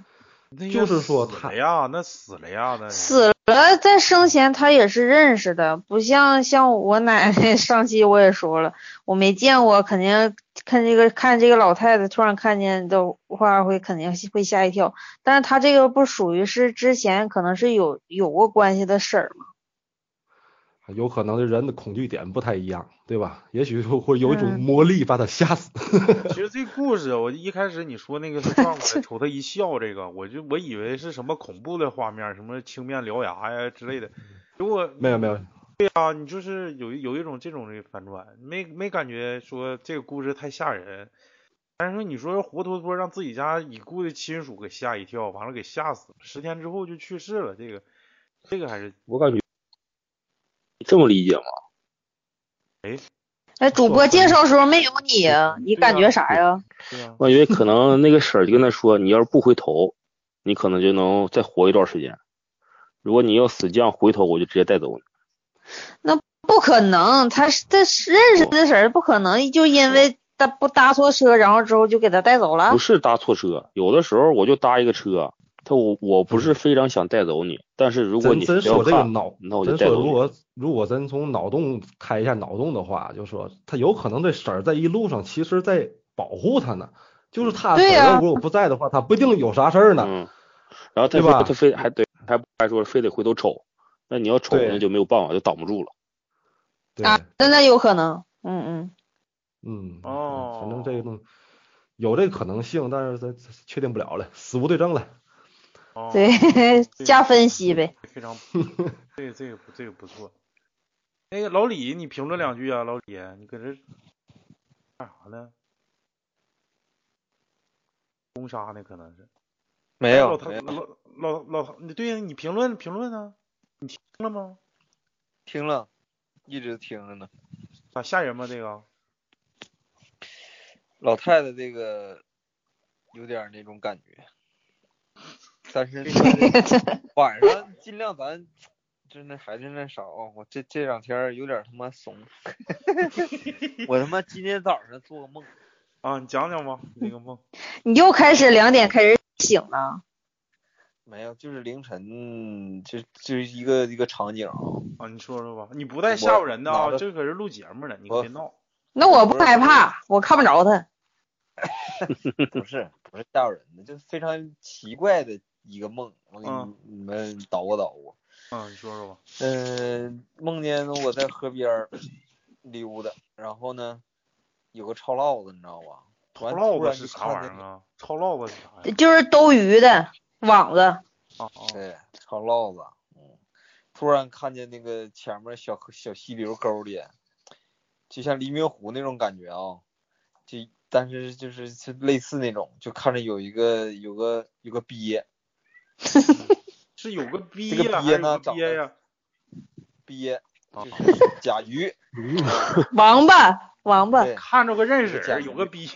Speaker 1: 那
Speaker 3: 就
Speaker 1: 要
Speaker 3: 是说
Speaker 1: 死
Speaker 3: 他
Speaker 1: 了呀，那死了呀，那
Speaker 5: 死了，在生前他也是认 识的，不像像我奶奶上期我也说了，我没见过，肯定看这个看这个老太太突然看见的话，会肯定会吓一跳。但是她这个不属于是之前可能是有有过关系的事儿嘛？
Speaker 3: 有可能这人的恐惧点不太一样，对吧？也许会有一种
Speaker 5: 嗯
Speaker 3: 魔力把他吓死。
Speaker 1: 其实这故事，我一开始你说那个他转过来瞅他一笑，这个我就我以为是什么恐怖的画面，什么青面獠牙呀之类的。结果
Speaker 3: 嗯没有没有，
Speaker 1: 对啊，你就是有一有一种这种的反转，没没感觉说这个故事太吓人。但是说你说活脱脱让自己家已故的亲属给吓一跳，完了给吓死了，十天之后就去世了，这个这个还是
Speaker 2: 我感觉这么理解吗？
Speaker 5: 哎，主播介绍时候没有你啊，你
Speaker 1: 对啊
Speaker 5: 感觉啥呀？
Speaker 1: 对啊，
Speaker 2: 我感觉可 能那个婶儿就跟他说，你要是不回头，你可能就能再活一段时间。如果你要死犟回头，我就直接带走你。
Speaker 5: 不可能，他是他是认识的人，不可能就因为他不搭错车，然后之后就给他带走了
Speaker 2: 不。是搭错车，有的时候我就搭一个车，他我我不是非常想带走你，但是如果
Speaker 3: 咱
Speaker 2: 你
Speaker 3: 咱
Speaker 2: 非要
Speaker 3: 说这个
Speaker 2: 看
Speaker 3: 脑，
Speaker 2: 那我就
Speaker 3: 咱
Speaker 2: 带
Speaker 3: 说
Speaker 2: 走
Speaker 3: 如
Speaker 2: 你。
Speaker 3: 果如果咱从脑洞开一下脑洞的话，就说他有可能这婶儿在一路上其实在保护他呢，就是他
Speaker 5: 对
Speaker 3: 婶
Speaker 5: 呀
Speaker 3: 儿如果不在的话，他不一定有啥事儿呢。
Speaker 2: 嗯，然后他
Speaker 3: 对吧
Speaker 2: 说他非还对还还说非得回头瞅，那你要瞅
Speaker 3: 对
Speaker 2: 那就没有办法，就挡不住了。
Speaker 3: 对，
Speaker 5: 啊，那那有可能，嗯
Speaker 3: 嗯，
Speaker 5: 嗯，
Speaker 1: 哦
Speaker 3: 反正这个东有这个可能性，但是咱咱确定不了了，死无对证了。
Speaker 1: 哦、
Speaker 5: 嗯对， 加分析呗。
Speaker 1: 非常，这个这个不这个不错。那个老李，你评论两句啊，老李，你搁这干啥呢？攻杀呢，可能是。
Speaker 6: 没
Speaker 1: 老
Speaker 6: 有
Speaker 1: 唐
Speaker 6: 没有，
Speaker 1: 老老老唐，你对呀，你评论评论呢？你听了吗？
Speaker 6: 听了，一直听着呢。
Speaker 1: 咋吓人吗？这个
Speaker 6: 老太太这个有点那种感觉，但是晚上尽量咱就那还是那啥啊、我这这两天儿有点他妈怂， 我他妈今天早上做个梦，
Speaker 1: 啊，你讲讲吧，你这个梦。
Speaker 5: 你又开始两点开始醒了，
Speaker 6: 没有，就是凌晨，就就是一个一个场景啊、
Speaker 1: 啊，你说说吧，你不带吓唬人的啊
Speaker 6: 我，
Speaker 1: 这可是录节目呢，你
Speaker 6: 我
Speaker 1: 别闹。
Speaker 5: 那我不害怕，我看不着他。
Speaker 6: 不是不是吓唬人的，就是非常奇怪的一个梦，我给你,、
Speaker 1: 嗯
Speaker 6: 你们捣鼓捣鼓。
Speaker 1: 嗯，你说说吧。
Speaker 6: 嗯、梦见我在河边儿溜达，然后呢，有个臭烙子，你知道吧？
Speaker 1: 超
Speaker 6: 完
Speaker 1: 烙
Speaker 6: 突
Speaker 1: 子
Speaker 6: 然
Speaker 1: 是
Speaker 6: 就
Speaker 1: 啥
Speaker 6: 看
Speaker 1: 玩意
Speaker 6: 见
Speaker 1: 儿啊？超烙子是啥呀？
Speaker 5: 就是兜鱼的网子，
Speaker 1: 啊啊
Speaker 6: 对，炒烙子，嗯，突然看见那个前面小河小溪流沟里，就像黎明湖那种感觉啊，就但是就是是类似那种，就看着有一个有个有个鳖
Speaker 1: 是有个鳖
Speaker 6: 这个
Speaker 1: 呀，还是
Speaker 6: 鳖
Speaker 1: 有
Speaker 6: 呢
Speaker 1: 个
Speaker 6: 长
Speaker 1: 鳖
Speaker 6: 得
Speaker 1: 呀？
Speaker 6: 鳖，
Speaker 1: 啊
Speaker 6: 就是 甲鱼，
Speaker 5: 王八，王八，
Speaker 6: 对，
Speaker 1: 看着个认识
Speaker 6: 假
Speaker 1: 人，有个逼，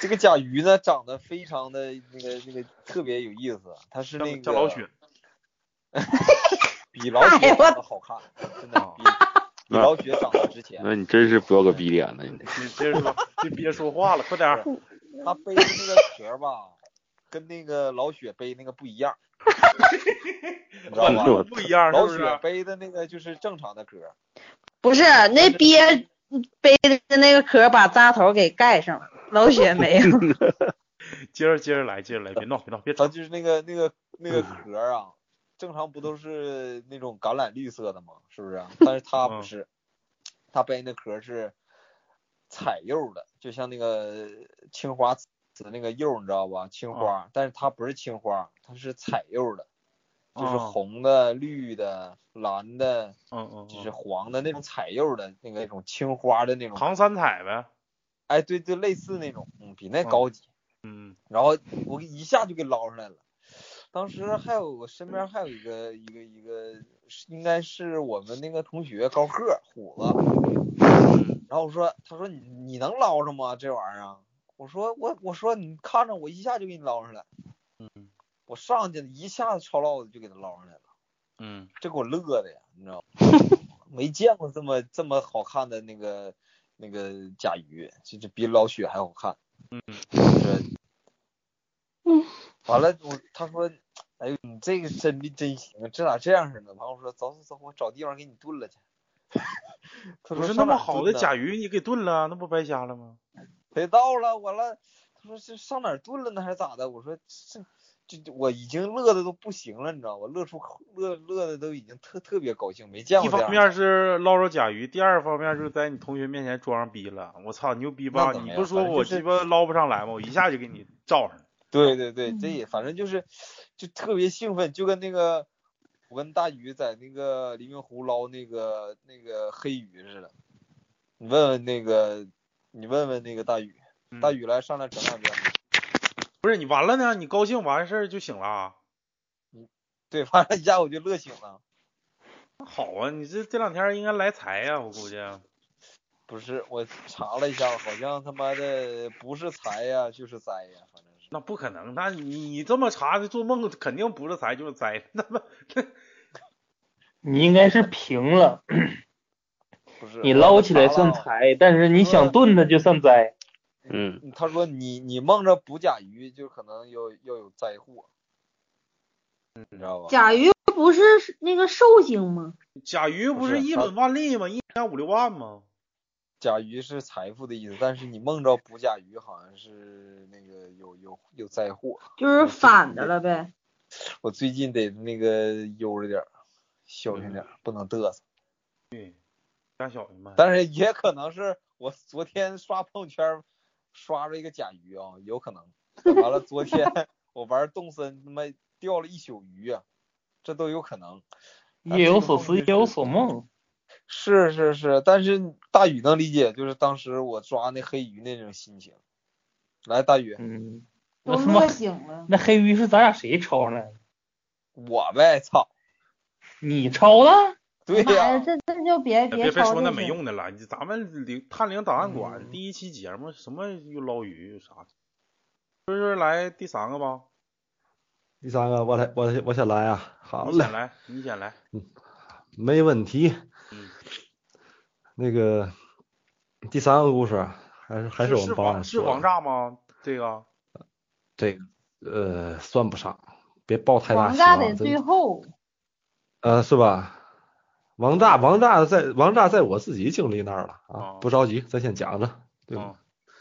Speaker 6: 这个甲鱼呢长得非常的那个那个特别有意思，它是那
Speaker 1: 像
Speaker 6: 个
Speaker 1: 像老雪，
Speaker 6: 比老雪
Speaker 5: 哎呦
Speaker 6: 长得 好看，真的
Speaker 1: 啊
Speaker 6: 比比老雪长得值钱。
Speaker 2: 那你真是不要个逼脸了，你
Speaker 1: 你接着说，别别说话了，快点儿。
Speaker 6: 他背的那个壳儿吧，跟那个老雪背那个不一样，你知道
Speaker 1: 管
Speaker 2: 换了
Speaker 6: 吧？
Speaker 1: 路不一样，是
Speaker 6: 老
Speaker 1: 不
Speaker 6: 雪
Speaker 1: 是？
Speaker 6: 背的那个就是正常的壳儿，
Speaker 5: 不是那鳖背的那个壳把扎头给盖上了，老雪没有，
Speaker 1: 接着接着来，接着来，别闹别闹，别
Speaker 6: 它
Speaker 1: 吵。
Speaker 6: 就是那个那个那个壳儿啊，正常不都是那种橄榄绿色的吗？是不是啊？但是它
Speaker 1: 嗯
Speaker 6: 不是，它背那壳儿是彩釉的，就像那个青花瓷的那个釉，你知道吧？青
Speaker 1: 嗯
Speaker 6: 花，但是它不是青花，它是彩釉的，就是
Speaker 1: 哦
Speaker 6: 红的、绿的、蓝的。
Speaker 1: 嗯嗯
Speaker 6: 就是
Speaker 1: 嗯，
Speaker 6: 黄的那种彩釉的那个那种青花的那种，
Speaker 1: 唐三彩呗。
Speaker 6: 哎，对对，类似那种，嗯，比那
Speaker 1: 嗯
Speaker 6: 高级。
Speaker 1: 嗯，
Speaker 6: 然后我一下就给捞上来了。当时还有我身边还有一个一个一个，是应该是我们那个同学高贺虎子。然后我说，他说你你能捞上吗？这玩意儿啊？我说我我说你看着我一下就给你捞上来。
Speaker 1: 嗯，
Speaker 6: 我上去一下子抄烙子就给他捞上来了。
Speaker 1: 嗯，
Speaker 6: 这给我乐的呀，你知道吗？没见过这么这么好看的那个那个甲鱼，这这比老雪还好看。嗯，
Speaker 5: 嗯。
Speaker 6: 完了，我他说，哎呦，你啊这个真真行，这咋这样似的？完我说，走走走，我找地方给你炖了去。他
Speaker 1: 不
Speaker 6: 说
Speaker 1: 是那
Speaker 6: 上哪
Speaker 1: 么
Speaker 6: 儿
Speaker 1: 好
Speaker 6: 炖
Speaker 1: 的
Speaker 6: 呢
Speaker 1: 甲鱼，你给炖了，那不白瞎了吗？
Speaker 6: 肥皂了，我了。他说是上哪儿炖了呢，还是咋的？我说这这这我已经乐的都不行了，你知道吗？乐出口乐乐的都已经特特别高兴，没见
Speaker 1: 一
Speaker 6: 过这
Speaker 1: 方
Speaker 6: 样
Speaker 1: 面
Speaker 6: 的。
Speaker 1: 是捞着甲鱼，第二方面就是在你同学面前装上逼了。我操，牛逼吧？
Speaker 6: 那怎么
Speaker 1: 你
Speaker 6: 样
Speaker 1: 不说
Speaker 6: 反正
Speaker 1: 我
Speaker 6: 就是
Speaker 1: 鸡巴捞不上来吗？我一下就给你罩上了。
Speaker 6: 对对对，这
Speaker 5: 嗯
Speaker 6: 也反正就是就特别兴奋，就跟那个我跟大鱼在那个黎明湖捞那个那个黑鱼似的。你问问那个，你问问那个大宇，
Speaker 1: 嗯
Speaker 6: 大宇来上来整两遍。
Speaker 1: 不是你完了呢？你高兴完事儿就醒了啊？
Speaker 6: 对，反正一下我就乐醒了。
Speaker 1: 那好啊，你这这两天应该来财呀、我估计。啊
Speaker 6: 不是，我查了一下，好像他妈的不是财呀、就是灾呀、反正是。
Speaker 1: 那不可能，那你你这么查，做梦肯定不是财就是灾。那么
Speaker 7: 你应该是平了，
Speaker 6: 不是
Speaker 7: 你捞起来
Speaker 6: 算
Speaker 7: 算。财，但是你想炖它就算灾。
Speaker 2: 嗯，
Speaker 6: 他说你你梦着捕甲鱼，就可能又又有灾祸，你知道吧？
Speaker 8: 甲鱼不是那个寿星吗？
Speaker 1: 甲鱼不
Speaker 6: 不
Speaker 1: 是
Speaker 6: 是
Speaker 1: 一本万利吗？一年五六万吗？
Speaker 6: 甲鱼是财富的意思，但是你梦着捕甲鱼，好像是那个有有有灾祸。
Speaker 8: 就是反的了呗。
Speaker 6: 我最近得那个悠着点儿，小心
Speaker 7: 嗯
Speaker 6: 点儿，不能嘚瑟。
Speaker 1: 家小的嘛。
Speaker 6: 但是也可能是我昨天刷朋友圈儿刷着一个甲鱼啊，有可能。完了，昨天 我玩动森，他妈钓了一宿鱼啊，这都有可能。但
Speaker 7: 夜有
Speaker 6: 这个
Speaker 7: 所
Speaker 6: 梦
Speaker 7: 思，夜
Speaker 6: 就是
Speaker 7: 有所梦。
Speaker 6: 是是是，但是大宇能理解，就是当时我抓那黑鱼那种心情。来，大宇，
Speaker 7: 嗯，
Speaker 8: 都
Speaker 7: 我他妈
Speaker 8: 乐醒了，
Speaker 7: 那黑鱼是咱俩谁抄上来的？
Speaker 6: 我呗，操！
Speaker 7: 你抄的？
Speaker 6: 对呀、
Speaker 5: 哎，这这就别
Speaker 1: 别别
Speaker 5: 抄
Speaker 1: 说
Speaker 5: 这
Speaker 1: 那
Speaker 5: 些
Speaker 1: 没用的了，你咱们零探灵档案馆
Speaker 7: 嗯
Speaker 1: 第一期节目什么又捞鱼又啥，就是来第三个吧，
Speaker 3: 第三个，我来，我来我先来啊，好
Speaker 1: 你
Speaker 3: 嘞
Speaker 1: 先，来，你先来，
Speaker 3: 没问题。
Speaker 1: 嗯，
Speaker 3: 那个第三个故事啊还是 还
Speaker 1: 是
Speaker 3: 我们
Speaker 1: 是
Speaker 3: 保安
Speaker 1: 防是
Speaker 3: 说
Speaker 1: 防
Speaker 3: 的，
Speaker 1: 诈吗？这个
Speaker 3: 这个呃算不上，别抱太大
Speaker 8: 王
Speaker 3: 希
Speaker 8: 炸得
Speaker 3: 望。真
Speaker 8: 最后，
Speaker 3: 呃，是吧？王炸，王炸在王炸在我自己经历那儿了啊
Speaker 1: 哦，
Speaker 3: 不着急，咱先讲着，对吧
Speaker 1: 嗯？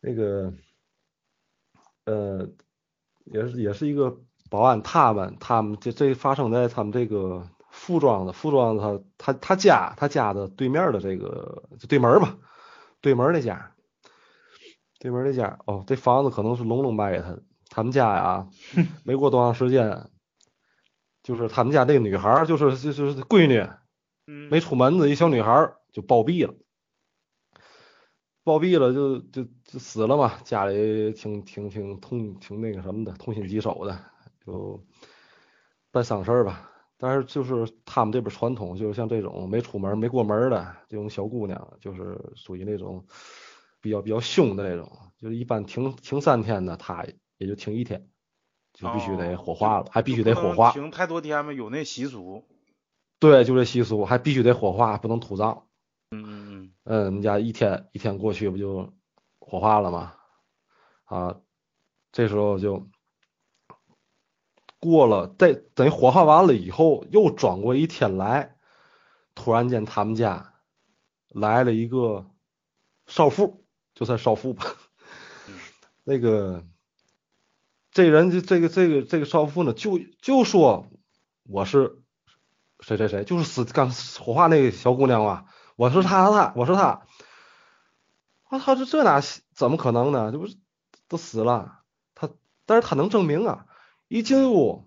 Speaker 3: 那个，呃，也是也是一个保安，他们他们这这发生在他们这个服装的服装他他他家他家的对面的这个就对门儿吧，对门儿那家，对门儿那家哦，这房子可能是龙龙卖给他的，他们家呀，没过多长时间，就是他们家那个女孩儿，就是就是闺女，
Speaker 1: 嗯，
Speaker 3: 没出门子，一小女孩儿就暴毙了，暴毙了就就就死了嘛，家里挺挺挺痛挺那个什么的，痛心疾首的，就办丧事儿吧。但是就是他们这边传统，就是像这种没出门、没过门儿的这种小姑娘，就是属于那种比较比较凶的那种，就是一般停停三天的，她也就停一天，就必须得
Speaker 1: 哦
Speaker 3: 火化了，还必须
Speaker 1: 就
Speaker 3: 得
Speaker 1: 不
Speaker 3: 火
Speaker 1: 能
Speaker 3: 化。
Speaker 1: 停太多天嘛，有那习俗。
Speaker 3: 对，就这习俗，还必须得火化，不能土葬。
Speaker 1: 嗯嗯
Speaker 3: 嗯，我们家一天一天过去不就火化了吗？啊，这时候就过了，再等于火化完了以后，又转过一天来，突然间他们家来了一个少妇，就算少妇吧。那个这人就这个这个这个少妇呢，就就说我是谁谁谁，就是死刚火化那个小姑娘啊。我是他，他我是他。我操，这这哪怎么可能呢？这不是都死了？他，但是他能证明啊！一进屋，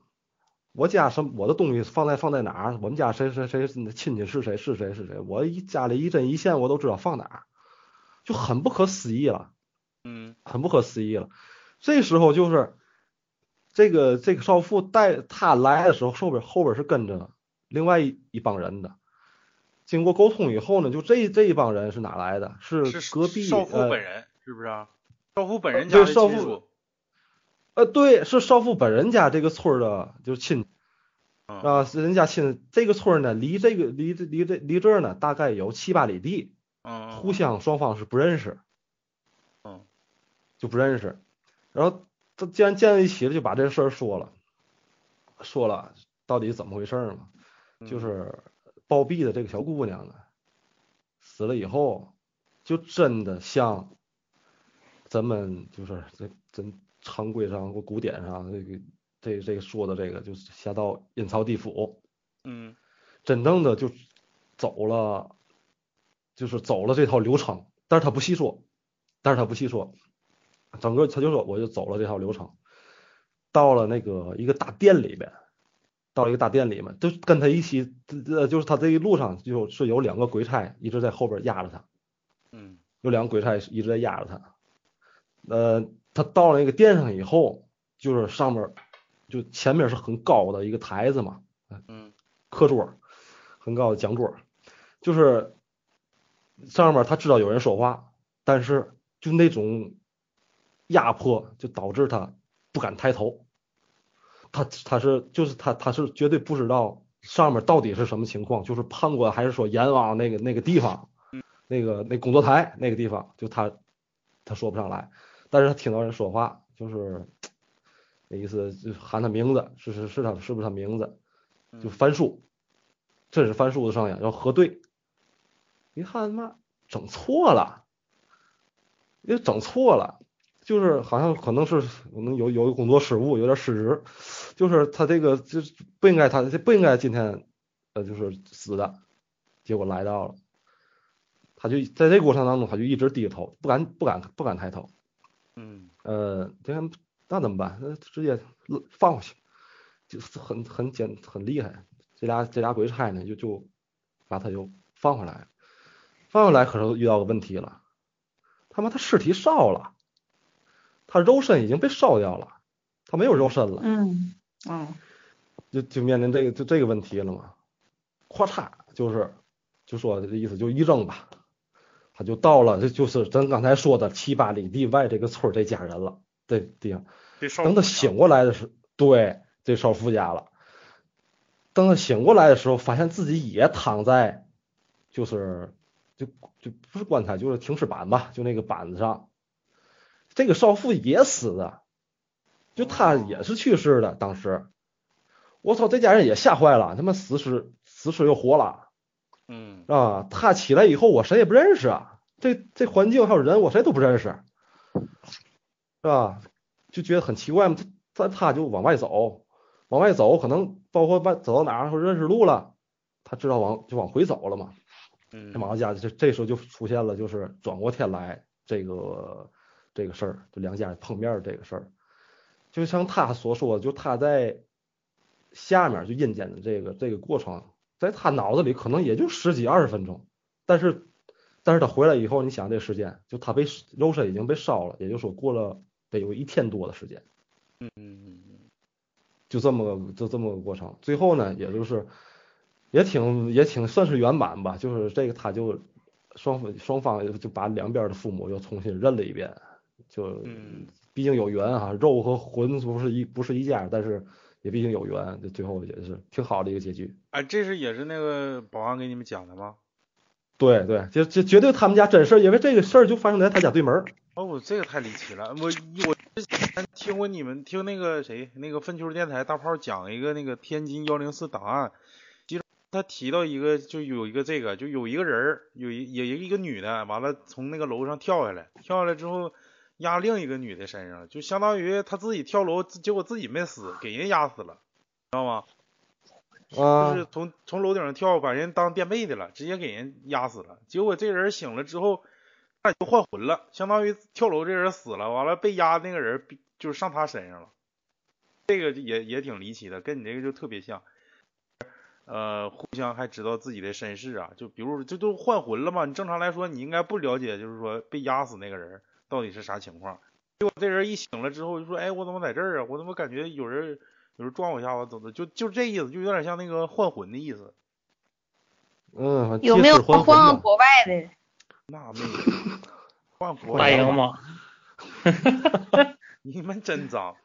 Speaker 3: 我家什么我的东西放在放在哪儿？我们家谁谁谁亲戚是谁是谁是谁？我一家里一针一线我都知道放哪儿，就很不可思议了。
Speaker 1: 嗯
Speaker 3: 很不可思议了。这时候就是这个这个少妇带她来的时候，后边后边是跟着另外一一帮人的。经过沟通以后呢，就这这一帮人是哪来的？是
Speaker 1: 嗯，是
Speaker 3: 隔壁
Speaker 1: 少妇
Speaker 3: 呃
Speaker 1: 本人是不是啊？少妇本人家
Speaker 3: 对
Speaker 1: 的
Speaker 3: 少
Speaker 1: 亲
Speaker 3: 妇
Speaker 1: 属。
Speaker 3: 呃，对，是少妇本人家这个村儿的，就是亲
Speaker 1: 嗯
Speaker 3: 啊，是人家亲这个村儿呢，离这个离这离这离这儿呢，大概有七八里地。
Speaker 1: 嗯，嗯
Speaker 3: 互相双方是不认识，
Speaker 1: 嗯，
Speaker 3: 就不认识。然后他既然见在一起了，就把这事儿说了，说
Speaker 1: 嗯
Speaker 3: 了到底怎么回事儿嘛？就是暴毙的这个小姑娘呢，死了以后，就真的像咱们就是这咱常规上或古典上这个这这个说的这个，就是下到阴曹地府，
Speaker 1: 嗯
Speaker 3: 真正的就走了，就是走了这套流程，但是他不细说，但是他不细说，整个他就说我就走了这套流程，到了那个一个大殿里边，到了一个大殿里面，就跟他一起，呃，就是他这一路上就是有两个鬼差一直在后边压着他，
Speaker 1: 嗯
Speaker 3: 有两个鬼差一直在压着他，呃，他到了那个殿上以后，就是上面就前面是很高的一个台子嘛，
Speaker 1: 嗯
Speaker 3: 课桌儿，很高的讲桌儿，就是上面他知道有人说话，但是就那种压迫，就导致他不敢抬头。他他是就是他他是绝对不知道上面到底是什么情况，就是判官还是说阎王那个那个地方，那个那工作台那个地方，就他他说不上来，但是他听到人说话，就是那意思就喊他名字，是是是他是不是他名字，
Speaker 1: 嗯
Speaker 3: 就翻书，这是翻书的上演，然后核对，一看他妈整错了，也整错了，就是好像可能是可能有有工作失误，有点失职，就是他这个就是不应该他不应该今天呃就是死的，结果来到了，他就在这个过程当中他就一直低着头，不敢不敢不敢抬头，
Speaker 1: 嗯
Speaker 3: 呃，这样那怎么办？那直接放回去，就是很很简很厉害。这俩这俩鬼差呢，就就把他又放回来了。放回来可是遇到个问题了，他妈他尸体烧了，他肉身已经被烧掉了，他没有肉身了。
Speaker 8: 嗯嗯
Speaker 3: 就就面临这个就这个问题了嘛，咔嚓就是就说这意思就一扔吧，他就到了这就是咱刚才说的七八里地外这个村儿这家人了，这地方。
Speaker 1: 这少
Speaker 3: 等他醒过来的时候，对，这少妇家了。等他醒过来的时候，发现自己也躺在，就是就就不是棺材，就是停尸板吧，就那个板子上。这个少妇也死了，就她也是去世的。当时，我操，这家人也吓坏了，他妈死尸死尸又活了
Speaker 1: 嗯
Speaker 3: 啊！他起来以后，我谁也不认识啊，这这环境还有人，我谁都不认识，是吧？就觉得很奇怪嘛，他他他就往外走，往外走，可能包括外走到哪儿或者认识路了，他知道往就往回走了嘛。
Speaker 1: 嗯
Speaker 3: 这马家这这时候就出现了，就是转过天来这个这个事儿，就两家人碰面儿这个事儿，就像他所说，就他在下面就阴间的这个这个过程，在他脑子里可能也就十几二十分钟，但是但是他回来以后，你想这时间，就他被肉身已经被烧了，也就是说过了得有一天多的时间。
Speaker 1: 嗯嗯
Speaker 3: 就这么个就这么个过程。最后呢，也就是也挺也挺算是圆满吧，就是这个他就双方双方就把两边的父母又重新认了一遍，就
Speaker 1: 嗯
Speaker 3: 毕竟有缘啊，肉和魂不是一不是一家，但是也毕竟有缘，就最后也是挺好的一个结局。
Speaker 1: 哎，这是也是那个保安给你们讲的吗？
Speaker 3: 对对，这这绝对他们家真事儿，因为这个事儿就发生在他家对门儿。
Speaker 1: 哦，这个太离奇了！我我之前听过你们听那个谁，那个粪球电台大炮讲一个那个天津幺零四档案，其中他提到一个，就有一个这个，就有一个人儿，有一也一个女的，完了从那个楼上跳下来，跳下来之后压另一个女的身上了，就相当于他自己跳楼，结果自己没死，给人压死了，知道吗？
Speaker 3: 啊、
Speaker 1: 就是从从楼顶上跳，把人当垫背的了，直接给人压死了。结果这人醒了之后，他也就换魂了，相当于跳楼这人死了，完了被压那个人比就是上他身上了。这个也也挺离奇的，跟你这个就特别像。呃，互相还知道自己的身世啊，就比如这都换魂了嘛，你正常来说你应该不了解，就是说被压死那个人到底是啥情况。结果这人一醒了之后就说，哎，我怎么在这儿啊？我怎么感觉有人有人撞我一下子，怎么就就这意思，就有点像那个换魂的意思。
Speaker 3: 嗯，
Speaker 5: 有没有啊
Speaker 3: 皆是昏
Speaker 5: 晃
Speaker 3: 魂嘛
Speaker 5: 国外的？
Speaker 1: 那没有， 换国
Speaker 7: 欢迎
Speaker 1: 家，
Speaker 7: 吗？
Speaker 1: 你们真脏。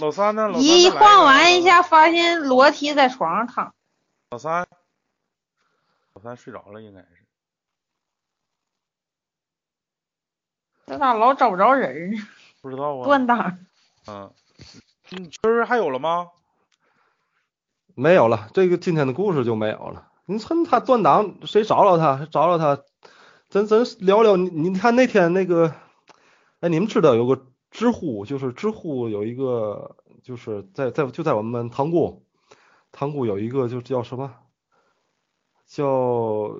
Speaker 1: 老三呢？老三
Speaker 5: 一
Speaker 1: 再来嗯个
Speaker 5: 晃完一，下，发现裸体在床上躺。
Speaker 1: 老三，老三睡着了应该是。
Speaker 5: 这咋老找不着人儿？
Speaker 1: 不知道啊，
Speaker 5: 断档儿。
Speaker 1: 嗯，你今儿还有了吗？
Speaker 3: 没有了，这个今天的故事就没有了。你趁他断档，谁找着他，找着他，咱咱聊聊。你你看那天那个，哎，你们知道有个知乎，就是知乎有一个，就是在在就在我们塘沽，塘沽有一个就叫什么，叫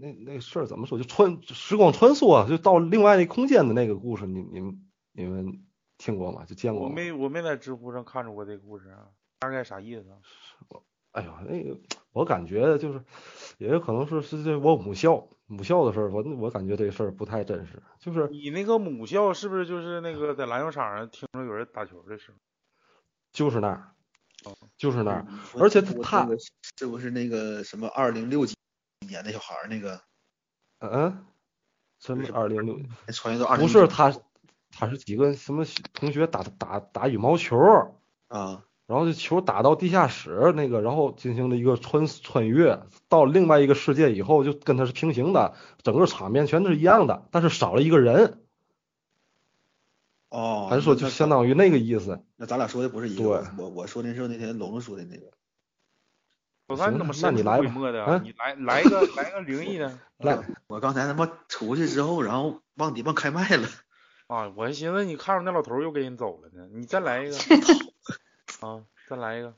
Speaker 3: 那那个事儿怎么说？就穿时光穿梭啊，就到另外一空间的那个故事，你你们你们听过吗？就见过
Speaker 1: 我
Speaker 3: 吗？
Speaker 1: 没我没在知乎上看着过这个故事啊，大概啥意思啊？
Speaker 3: 哎呦，那个我感觉就是，也有可能是是这我母校母校的事儿，我我感觉这事儿不太真实，就是
Speaker 1: 你那个母校是不是就是那个在篮球场上听着有人打球的时候？
Speaker 3: 就是那儿，就是那儿，
Speaker 4: 我
Speaker 3: 而且
Speaker 4: 我
Speaker 3: 他
Speaker 4: 那个是不是那个什么二零六几年的小孩儿那个
Speaker 3: 嗯，什么二零六
Speaker 4: 穿越到二
Speaker 3: 不是他，他是几个什么同学打打打羽毛球，
Speaker 4: 啊？
Speaker 3: 然后这球打到地下室那个，然后进行了一个穿穿越到另外一个世界以后，就跟他是平行的，整个场面全都是一样的，但是少了一个人，
Speaker 4: 哦，
Speaker 3: 还是说
Speaker 4: 那
Speaker 3: 就
Speaker 4: 那
Speaker 3: 相当于那个意思。
Speaker 4: 那咱俩说的不是一个，
Speaker 3: 对
Speaker 4: 我我说的是那天龙龙说的那个，
Speaker 1: 老三你怎么
Speaker 3: 行那
Speaker 1: 神
Speaker 3: 你
Speaker 1: 出
Speaker 3: 来
Speaker 1: 鬼
Speaker 3: 吧
Speaker 1: 没的啊？
Speaker 3: 啊
Speaker 1: 你来来一个来一个灵异的
Speaker 3: 来，
Speaker 4: 我刚才他妈出去之后，然后忘底忘开麦了，
Speaker 1: 啊！我还寻思你看着那老头儿又给人走了呢，你再来一 个啊，再来一个。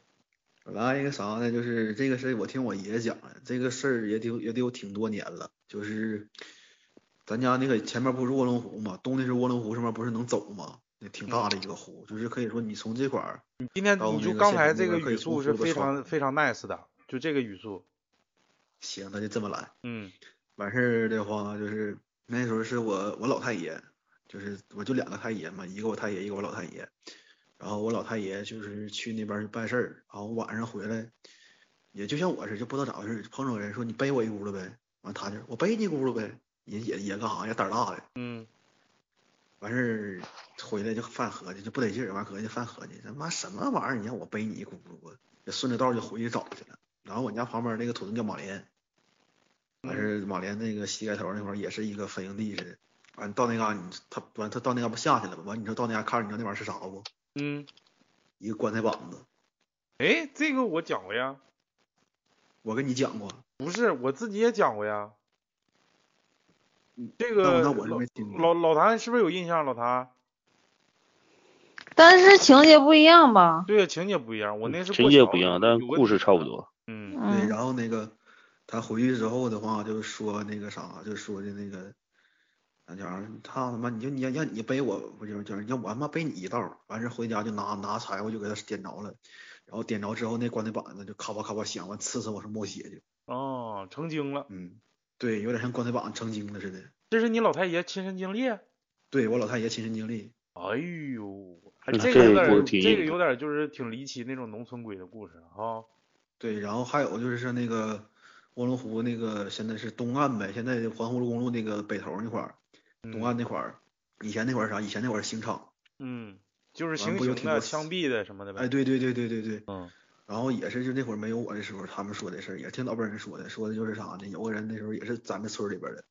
Speaker 4: 我来一个啥呢？就是这个事儿，我听我爷爷讲的，这个事儿也得有也得有挺多年了。就是咱家那个前面不是卧龙湖嘛，东的是卧龙湖，上面不是能走吗？那挺大的一个湖，就是可以说你从这块儿，
Speaker 1: 你嗯今天
Speaker 4: 到
Speaker 1: 你
Speaker 4: 那
Speaker 1: 就
Speaker 4: 个
Speaker 1: 刚
Speaker 4: 现
Speaker 1: 才
Speaker 4: 场
Speaker 1: 这
Speaker 4: 那
Speaker 1: 个
Speaker 4: 边可以
Speaker 1: 语速
Speaker 4: 从
Speaker 1: 是
Speaker 4: 速度
Speaker 1: 非
Speaker 4: 上
Speaker 1: 常非常 nice 的，就这个语速，
Speaker 4: 行，那就这么来。
Speaker 1: 嗯
Speaker 4: 完事儿的话，就是那时候是我我老太爷，就是我就两个太爷嘛，一个我太爷，一个我老太爷。然后我老太爷就是去那边儿去办事儿，然后晚上回来，也就像我似的，就不知道咋回事儿，碰着人说你背我一轱辘呗，完他就我背你一轱辘呗，也也也干啥呀，胆儿大的。
Speaker 1: 嗯，
Speaker 4: 完事儿回来就犯合计，就不得劲儿，完合计犯合计，他妈什么玩意儿？你让我背你一轱辘啊，就顺着道儿就回去找去了。然后我家旁边那个土豆叫马连，完事儿马连那个膝盖头那块儿也是一个坟营地似的。完到那嘎、你他完他到那嘎、不下去了吗？完你说到那嘎、看着你知道那玩意儿是啥不？
Speaker 1: 嗯，
Speaker 4: 一个棺材膀子，
Speaker 1: 哎，这个我讲过呀，
Speaker 4: 我跟你讲过，
Speaker 1: 不是我自己也讲过呀。这
Speaker 4: 但
Speaker 1: 个
Speaker 4: 我那我是没听过。
Speaker 1: 老老谭是不是有印象？老谭
Speaker 5: 但是情节不一样吧？
Speaker 1: 对情节不一样，我那是
Speaker 2: 情
Speaker 1: 过
Speaker 2: 节
Speaker 1: 桥
Speaker 2: 不一
Speaker 1: 的
Speaker 2: 样，但
Speaker 1: 有个
Speaker 2: 故事差不多。
Speaker 1: 嗯
Speaker 4: 对，
Speaker 5: 嗯，
Speaker 4: 然后那个他回去之后的话，就是说那个啥，就是说的那个，那家伙他他妈你就你让让你背我，不就是就是让我他妈背你一道儿，完事儿回家就拿拿柴火就给他点着了，然后点着之后那棺材板子就咔吧咔吧响，完呲呲往上冒血去，
Speaker 1: 哦，成精了，
Speaker 4: 嗯，对，有点像棺材板成精了似的。
Speaker 1: 这是你老太爷亲身经历。啊
Speaker 4: 对我老太爷亲身经历，
Speaker 1: 哎呦，还
Speaker 2: 嗯
Speaker 1: 这
Speaker 2: 这
Speaker 1: 个有
Speaker 2: 个
Speaker 1: 点
Speaker 2: 故
Speaker 1: 儿
Speaker 2: 事挺
Speaker 1: 这个
Speaker 2: 硬
Speaker 1: 有点儿就是挺离奇那种农村鬼的故事啊。
Speaker 4: 对，然后还有就是像那个卧龙湖那个现在是东岸呗，现在环湖公路那个北头儿那块儿，东岸那块儿，以前那块儿啥？以前那块儿是刑场。
Speaker 1: 嗯，就是
Speaker 4: 完
Speaker 1: 行
Speaker 4: 不有
Speaker 1: 刑
Speaker 4: 挺
Speaker 1: 的、
Speaker 4: 多
Speaker 1: 枪毙的什么的呗。
Speaker 4: 哎，对对对对对对，
Speaker 1: 嗯
Speaker 4: 然后也是就那会儿没有我的时候，他们说的事儿，也听老辈人说的，说的就是啥呢？有个人那时候也是咱们村儿里边儿的，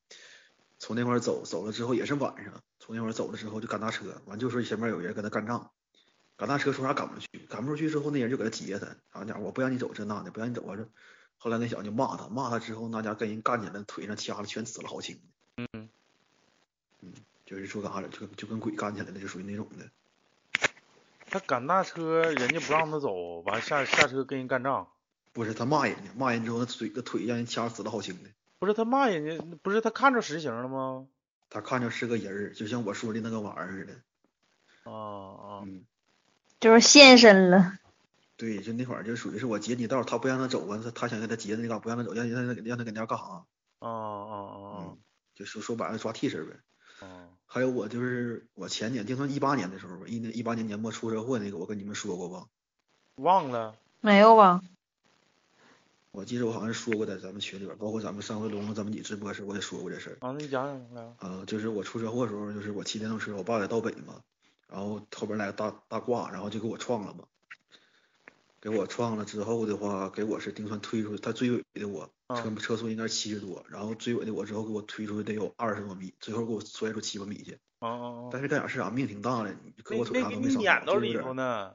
Speaker 4: 从那块儿走走了之后也是晚上，从那块儿走了之后就赶大车，完就说前面有人跟他干仗，赶大车说啥赶不出去，赶不出去之后那人就给他截他，然后家伙我不让你走这那的，不让你走啊这，后来那小子就骂他，骂他之后那家跟人干起来，腿上掐了全紫了好青的，嗯
Speaker 1: 嗯，
Speaker 4: 就是说干啥就跟就跟鬼干起来了，就属于那种的。
Speaker 1: 他赶大车，人家不让他走，完下下车跟人干仗。
Speaker 4: 不是他骂人家，骂人之后他腿他腿让人掐紫了好青的。
Speaker 1: 不是他骂人家，不是他看着实行了吗？
Speaker 4: 他看着是个人儿，就像我说的那个玩意儿似的。
Speaker 1: 啊啊，
Speaker 4: 嗯，
Speaker 5: 就是现身了。
Speaker 4: 对，就那会儿就属于是我截你道儿，他不让他走啊，他他想给他截那嘎、不让他走，让让他让他搁那干啥？
Speaker 1: 啊啊
Speaker 4: 嗯，就说说白了抓替身儿
Speaker 1: 啊
Speaker 4: 呗。
Speaker 1: 啊！
Speaker 4: 还有我就是我前年，就算一八年的时候吧，一年一八年年末出车祸那个，我跟你们说过吧？
Speaker 1: 忘了，
Speaker 5: 没有吧？
Speaker 4: 我记得我好像说过在咱们群里边儿，包括咱们上回龙龙咱们你直播时我也说过这事儿。
Speaker 1: 啊，那你讲讲来。
Speaker 4: 啊，就是我出车祸的时候，就是我骑电动车，我爸在道北嘛，然后后边来个大大挂，然后就给我撞了嘛，给我撞了之后的话，给我是定算推出去，他追尾的我，车
Speaker 1: 嗯
Speaker 4: 车速应该是七十多，然后追尾的我之后给我推出去得有二十多米，最后给我摔出七八米去，
Speaker 1: 啊啊啊！
Speaker 4: 但是干啥事啊，命挺大的，搁我腿
Speaker 1: 那那
Speaker 4: 上
Speaker 1: 给
Speaker 4: 都没
Speaker 1: 你
Speaker 4: 伤
Speaker 1: 撵
Speaker 4: 着，
Speaker 1: 到
Speaker 4: 就是
Speaker 1: 里
Speaker 4: 有点
Speaker 1: 头
Speaker 4: 儿
Speaker 1: 呢。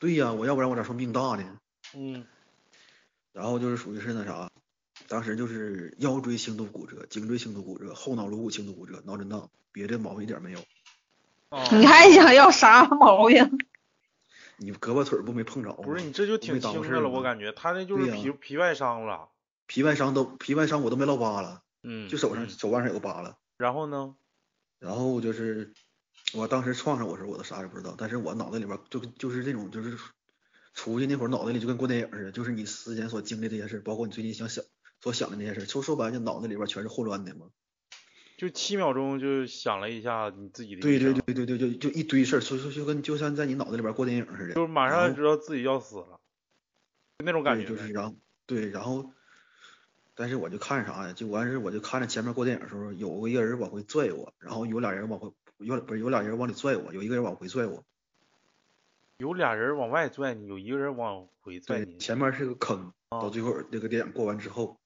Speaker 4: 对呀、我要不然我咋说命大呢？
Speaker 1: 嗯
Speaker 4: 然后就是属于是那啥，当时就是腰椎轻度骨折、颈椎轻度骨折、后脑颅骨轻度骨折、脑震荡，别的毛病一点没有。
Speaker 1: 啊，
Speaker 5: 你还想要啥毛病？
Speaker 4: 你胳膊腿儿不没碰着吗？
Speaker 1: 不是你这就挺
Speaker 4: 没耽误
Speaker 1: 轻
Speaker 4: 事
Speaker 1: 的
Speaker 4: 儿
Speaker 1: 了，
Speaker 4: 吗
Speaker 1: 我感觉他那就是
Speaker 4: 对呀
Speaker 1: 皮、皮外伤了，
Speaker 4: 皮外伤都皮外伤我都没落疤了，
Speaker 1: 嗯，
Speaker 4: 就手上、
Speaker 1: 嗯
Speaker 4: 手腕上有个疤了。
Speaker 1: 然后呢？
Speaker 4: 然后就是我当时撞上我时候我都啥也不知道，但是我脑袋里边儿就就是这种就是出去那会儿脑袋里就跟过电影儿似的，就是你之前所经历这些事儿，包括你最近想想所想的那些事儿，就说白了就脑袋里边儿全是混乱的嘛。
Speaker 1: 就七秒钟就想了一下你自己的
Speaker 4: 对
Speaker 1: 一
Speaker 4: 对
Speaker 1: 生，
Speaker 4: 对对对，就就一堆事儿，就就就跟就像在你脑袋里边儿过电影儿似的。
Speaker 1: 就是马
Speaker 4: 然
Speaker 1: 上
Speaker 4: 后
Speaker 1: 知道自己要死了，就那种感
Speaker 4: 对
Speaker 1: 觉
Speaker 4: 就
Speaker 1: 呗
Speaker 4: 是然后对，然后，但是我就看啥呀？就完事儿我就看着前面过电影的时候，有个一个人往回拽我，然后有俩人往回有不是有俩人往里拽我，有一个人往回拽我。
Speaker 1: 有俩人往外拽你，有一个人往回拽
Speaker 4: 对，
Speaker 1: 你，
Speaker 4: 前面是个坑，
Speaker 1: 啊
Speaker 4: 到最后那个电影过完之后，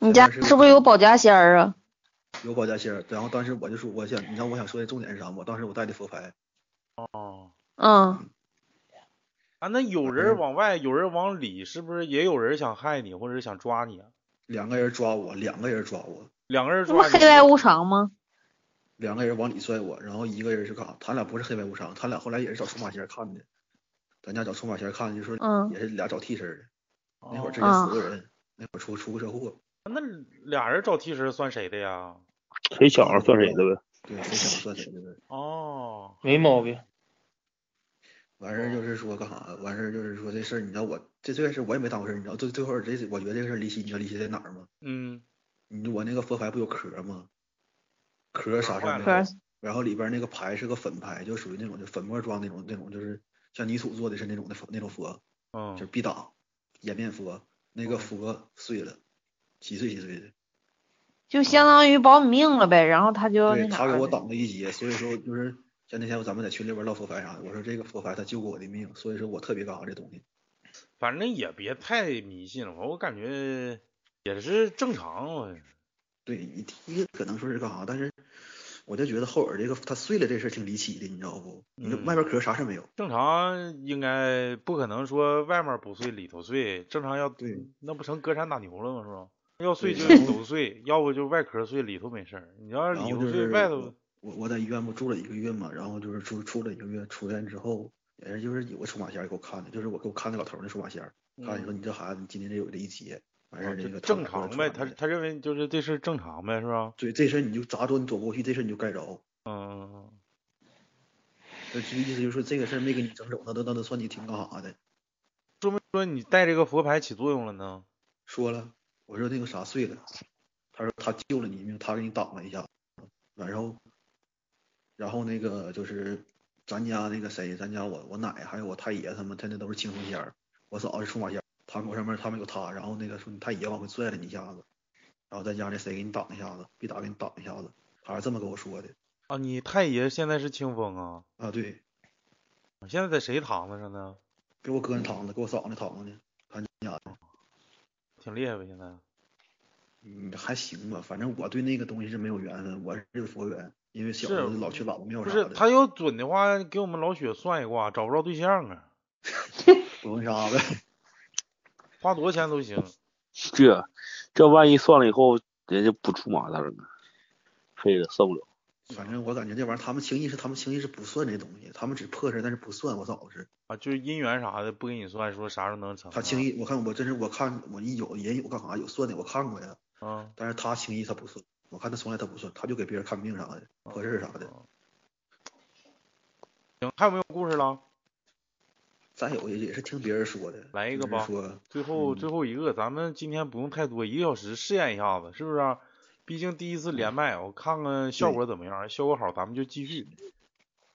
Speaker 5: 你家是不是有保家仙儿啊？
Speaker 4: 有保家仙儿，然后当时我就说，我想，你知道我想说的重点是啥吗？当时我带的佛牌，
Speaker 1: 哦
Speaker 5: 嗯，
Speaker 1: 啊，那有
Speaker 4: 后
Speaker 1: 人往外，有人往里，是不是也有人想害你或者想抓你啊？
Speaker 4: 两个人抓我，两个人抓我，
Speaker 1: 两个人
Speaker 5: 这不
Speaker 1: 抓你，
Speaker 5: 黑白无常吗？
Speaker 4: 两个人往里拽我，然后一个人是干啥？他俩不是黑白无常，他俩后来也是找出马仙儿看的，咱家找出马仙儿看的，就说
Speaker 5: 嗯
Speaker 4: 也是俩找替身儿的，那会儿
Speaker 1: 哦
Speaker 4: 之前死过人，那会儿出出过车祸，
Speaker 1: 那俩人找替身算谁的呀？
Speaker 2: 谁小孩算谁的呗？
Speaker 4: 对，这想算谁的？
Speaker 1: 哦，
Speaker 7: 没毛病。
Speaker 4: 完事儿就是说干啥？完事儿就是说这事儿，你知道我这这件事我也没当回事儿，你知道最最后这我觉得这个事儿离奇，你知道离奇在哪儿吗？
Speaker 1: 嗯，
Speaker 4: 你我那个佛牌不有壳儿吗？壳儿啥事儿
Speaker 1: 嗯
Speaker 4: 没
Speaker 5: 可
Speaker 4: 有
Speaker 5: 是，
Speaker 4: 然后里边儿那个牌是个粉牌，就属于那种就粉末状那种那种，就是像泥土做的是那种的佛那种佛，就是
Speaker 1: 嗯，
Speaker 4: 必打颜面佛，那个佛碎了，稀碎稀碎的。
Speaker 5: 就相当于保你命了呗。然后他就
Speaker 4: 对
Speaker 5: 那啥
Speaker 4: 他给
Speaker 5: 了
Speaker 4: 我
Speaker 5: 呗。
Speaker 4: 挡了一劫，所以说就是像那天咱们在群里边唠佛牌啥的，我说这个佛牌它救过我的命，所以说我特别干啥这东西。
Speaker 1: 反正也别太迷信了，我感觉也是正常。我
Speaker 4: 对你第一个可能说是干啥，但是我就觉得后耳这个它碎了这事儿挺离奇的，你知道不？你这
Speaker 1: 嗯
Speaker 4: 外边壳啥事儿没有。
Speaker 1: 正常应该不可能说外面不碎里头碎，正常要
Speaker 4: 对
Speaker 1: 那不成隔山打牛了吗？是吧？要碎就
Speaker 4: 对
Speaker 1: 里头碎，要不就外壳碎里头没事儿。你要是
Speaker 4: 然
Speaker 1: 里
Speaker 4: 后
Speaker 1: 头
Speaker 4: 就
Speaker 1: 碎
Speaker 4: 是
Speaker 1: 外
Speaker 4: 我
Speaker 1: 头，
Speaker 4: 我我在医院不住了一个月嘛，然后就是住住了一个月，出院之后也是就是有个出马仙儿给我看的，就是我给我看那老头儿那出马仙儿，看说
Speaker 1: 嗯
Speaker 4: 你这孩子你今天这有这一劫，完事
Speaker 1: 啊
Speaker 4: 儿这
Speaker 1: 就
Speaker 4: 个
Speaker 1: 正
Speaker 4: 他俩
Speaker 1: 常
Speaker 4: 说
Speaker 1: 呗。
Speaker 4: 出
Speaker 1: 他
Speaker 4: 来的
Speaker 1: 他认为就是这事儿正常呗，是吧？
Speaker 4: 对这事儿你就咋躲你躲不过去，这事儿你就该着。
Speaker 1: 嗯，
Speaker 4: 这这意思就是说这个事儿没给你整走，那都那都算你挺啊干啥的。
Speaker 1: 说明说你带这个佛牌起作用了呢。
Speaker 4: 说了，我说那个啥碎了，他说他救了你一命，他给你挡了一下，然后，然后那个就是咱家那个谁，咱家我我奶还有我太爷他们，他那都是青铜仙儿，我嫂子是出马仙儿，他们我上面他们有他，然后那个说你太爷往回拽了你一下子，然后再加那谁给你挡一下子，必打给你挡一下子，他是这么跟我说的
Speaker 1: 啊，你太爷现在是清风啊，
Speaker 4: 啊，对，
Speaker 1: 现在在谁堂子上呢？
Speaker 4: 给我哥那堂子，给我嫂子那堂子呢，他家的。
Speaker 1: 挺厉害呗，现在。
Speaker 4: 嗯，还行吧，反正我对那个东西是没有缘分，我是佛缘，因为小
Speaker 1: 是
Speaker 4: 时候老去喇叭庙
Speaker 1: 不
Speaker 4: 啥
Speaker 1: 是
Speaker 4: 的，
Speaker 1: 他要准的话，给我们老雪算一卦，找不着对象啊，
Speaker 4: 不用 啥呗。
Speaker 1: 花多少钱都行。
Speaker 2: 这这万一算了以后，人家不出马咋整啊？非得受不了。
Speaker 4: 反正我感觉这玩意儿，他们轻易是他们轻易是不算这东西，他们只破事儿但是不算。我嫂子是，
Speaker 1: 啊，就是姻缘啥的，不给你算，说啥时候能成啊。
Speaker 4: 他轻易，我看我真是我看我一有人有干啥有算的，我看过呀，
Speaker 1: 啊，
Speaker 4: 但是他轻易他不算，我看他从来他不算，他就给别人看病啥的，破事儿啥
Speaker 1: 哦
Speaker 4: 的。
Speaker 1: 行，还有没有故事了？
Speaker 4: 再有也也是听别人说的，
Speaker 1: 来一个
Speaker 4: 就是
Speaker 1: 吧
Speaker 4: 说
Speaker 1: 最后最
Speaker 4: 嗯
Speaker 1: 后一个，咱们今天不用太多，一个小时试验一下子，是不是啊、毕竟第一次连麦，我看看效果怎么样，效果好咱们就继续。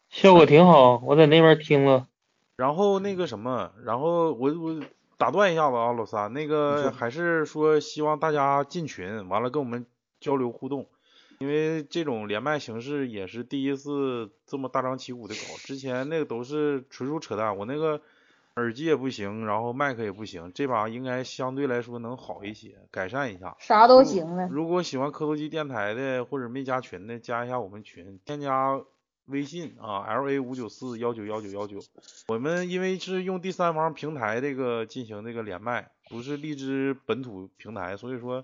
Speaker 7: 效果挺好，我在那边听了。
Speaker 1: 然后那个什么，然后我我打断一下子啊，老三，那
Speaker 4: 你
Speaker 1: 个
Speaker 4: 说
Speaker 1: 还是说希望大家进群，完了跟我们交流互动，因为这种连麦形式也是第一次这么大张旗鼓的搞，之前那个都是纯属扯淡，我那个耳机也不行，然后麦克也不行，这把应该相对来说能好一些，改善一下。
Speaker 5: 啥都行了。
Speaker 1: 嗯如果喜欢磕头机电台的或者没加群的，加一下我们群，添加微信啊，L A 五九四幺九幺九幺九。我们因为是用第三方平台这个进行这个连麦，不是荔枝本土平台，所以说，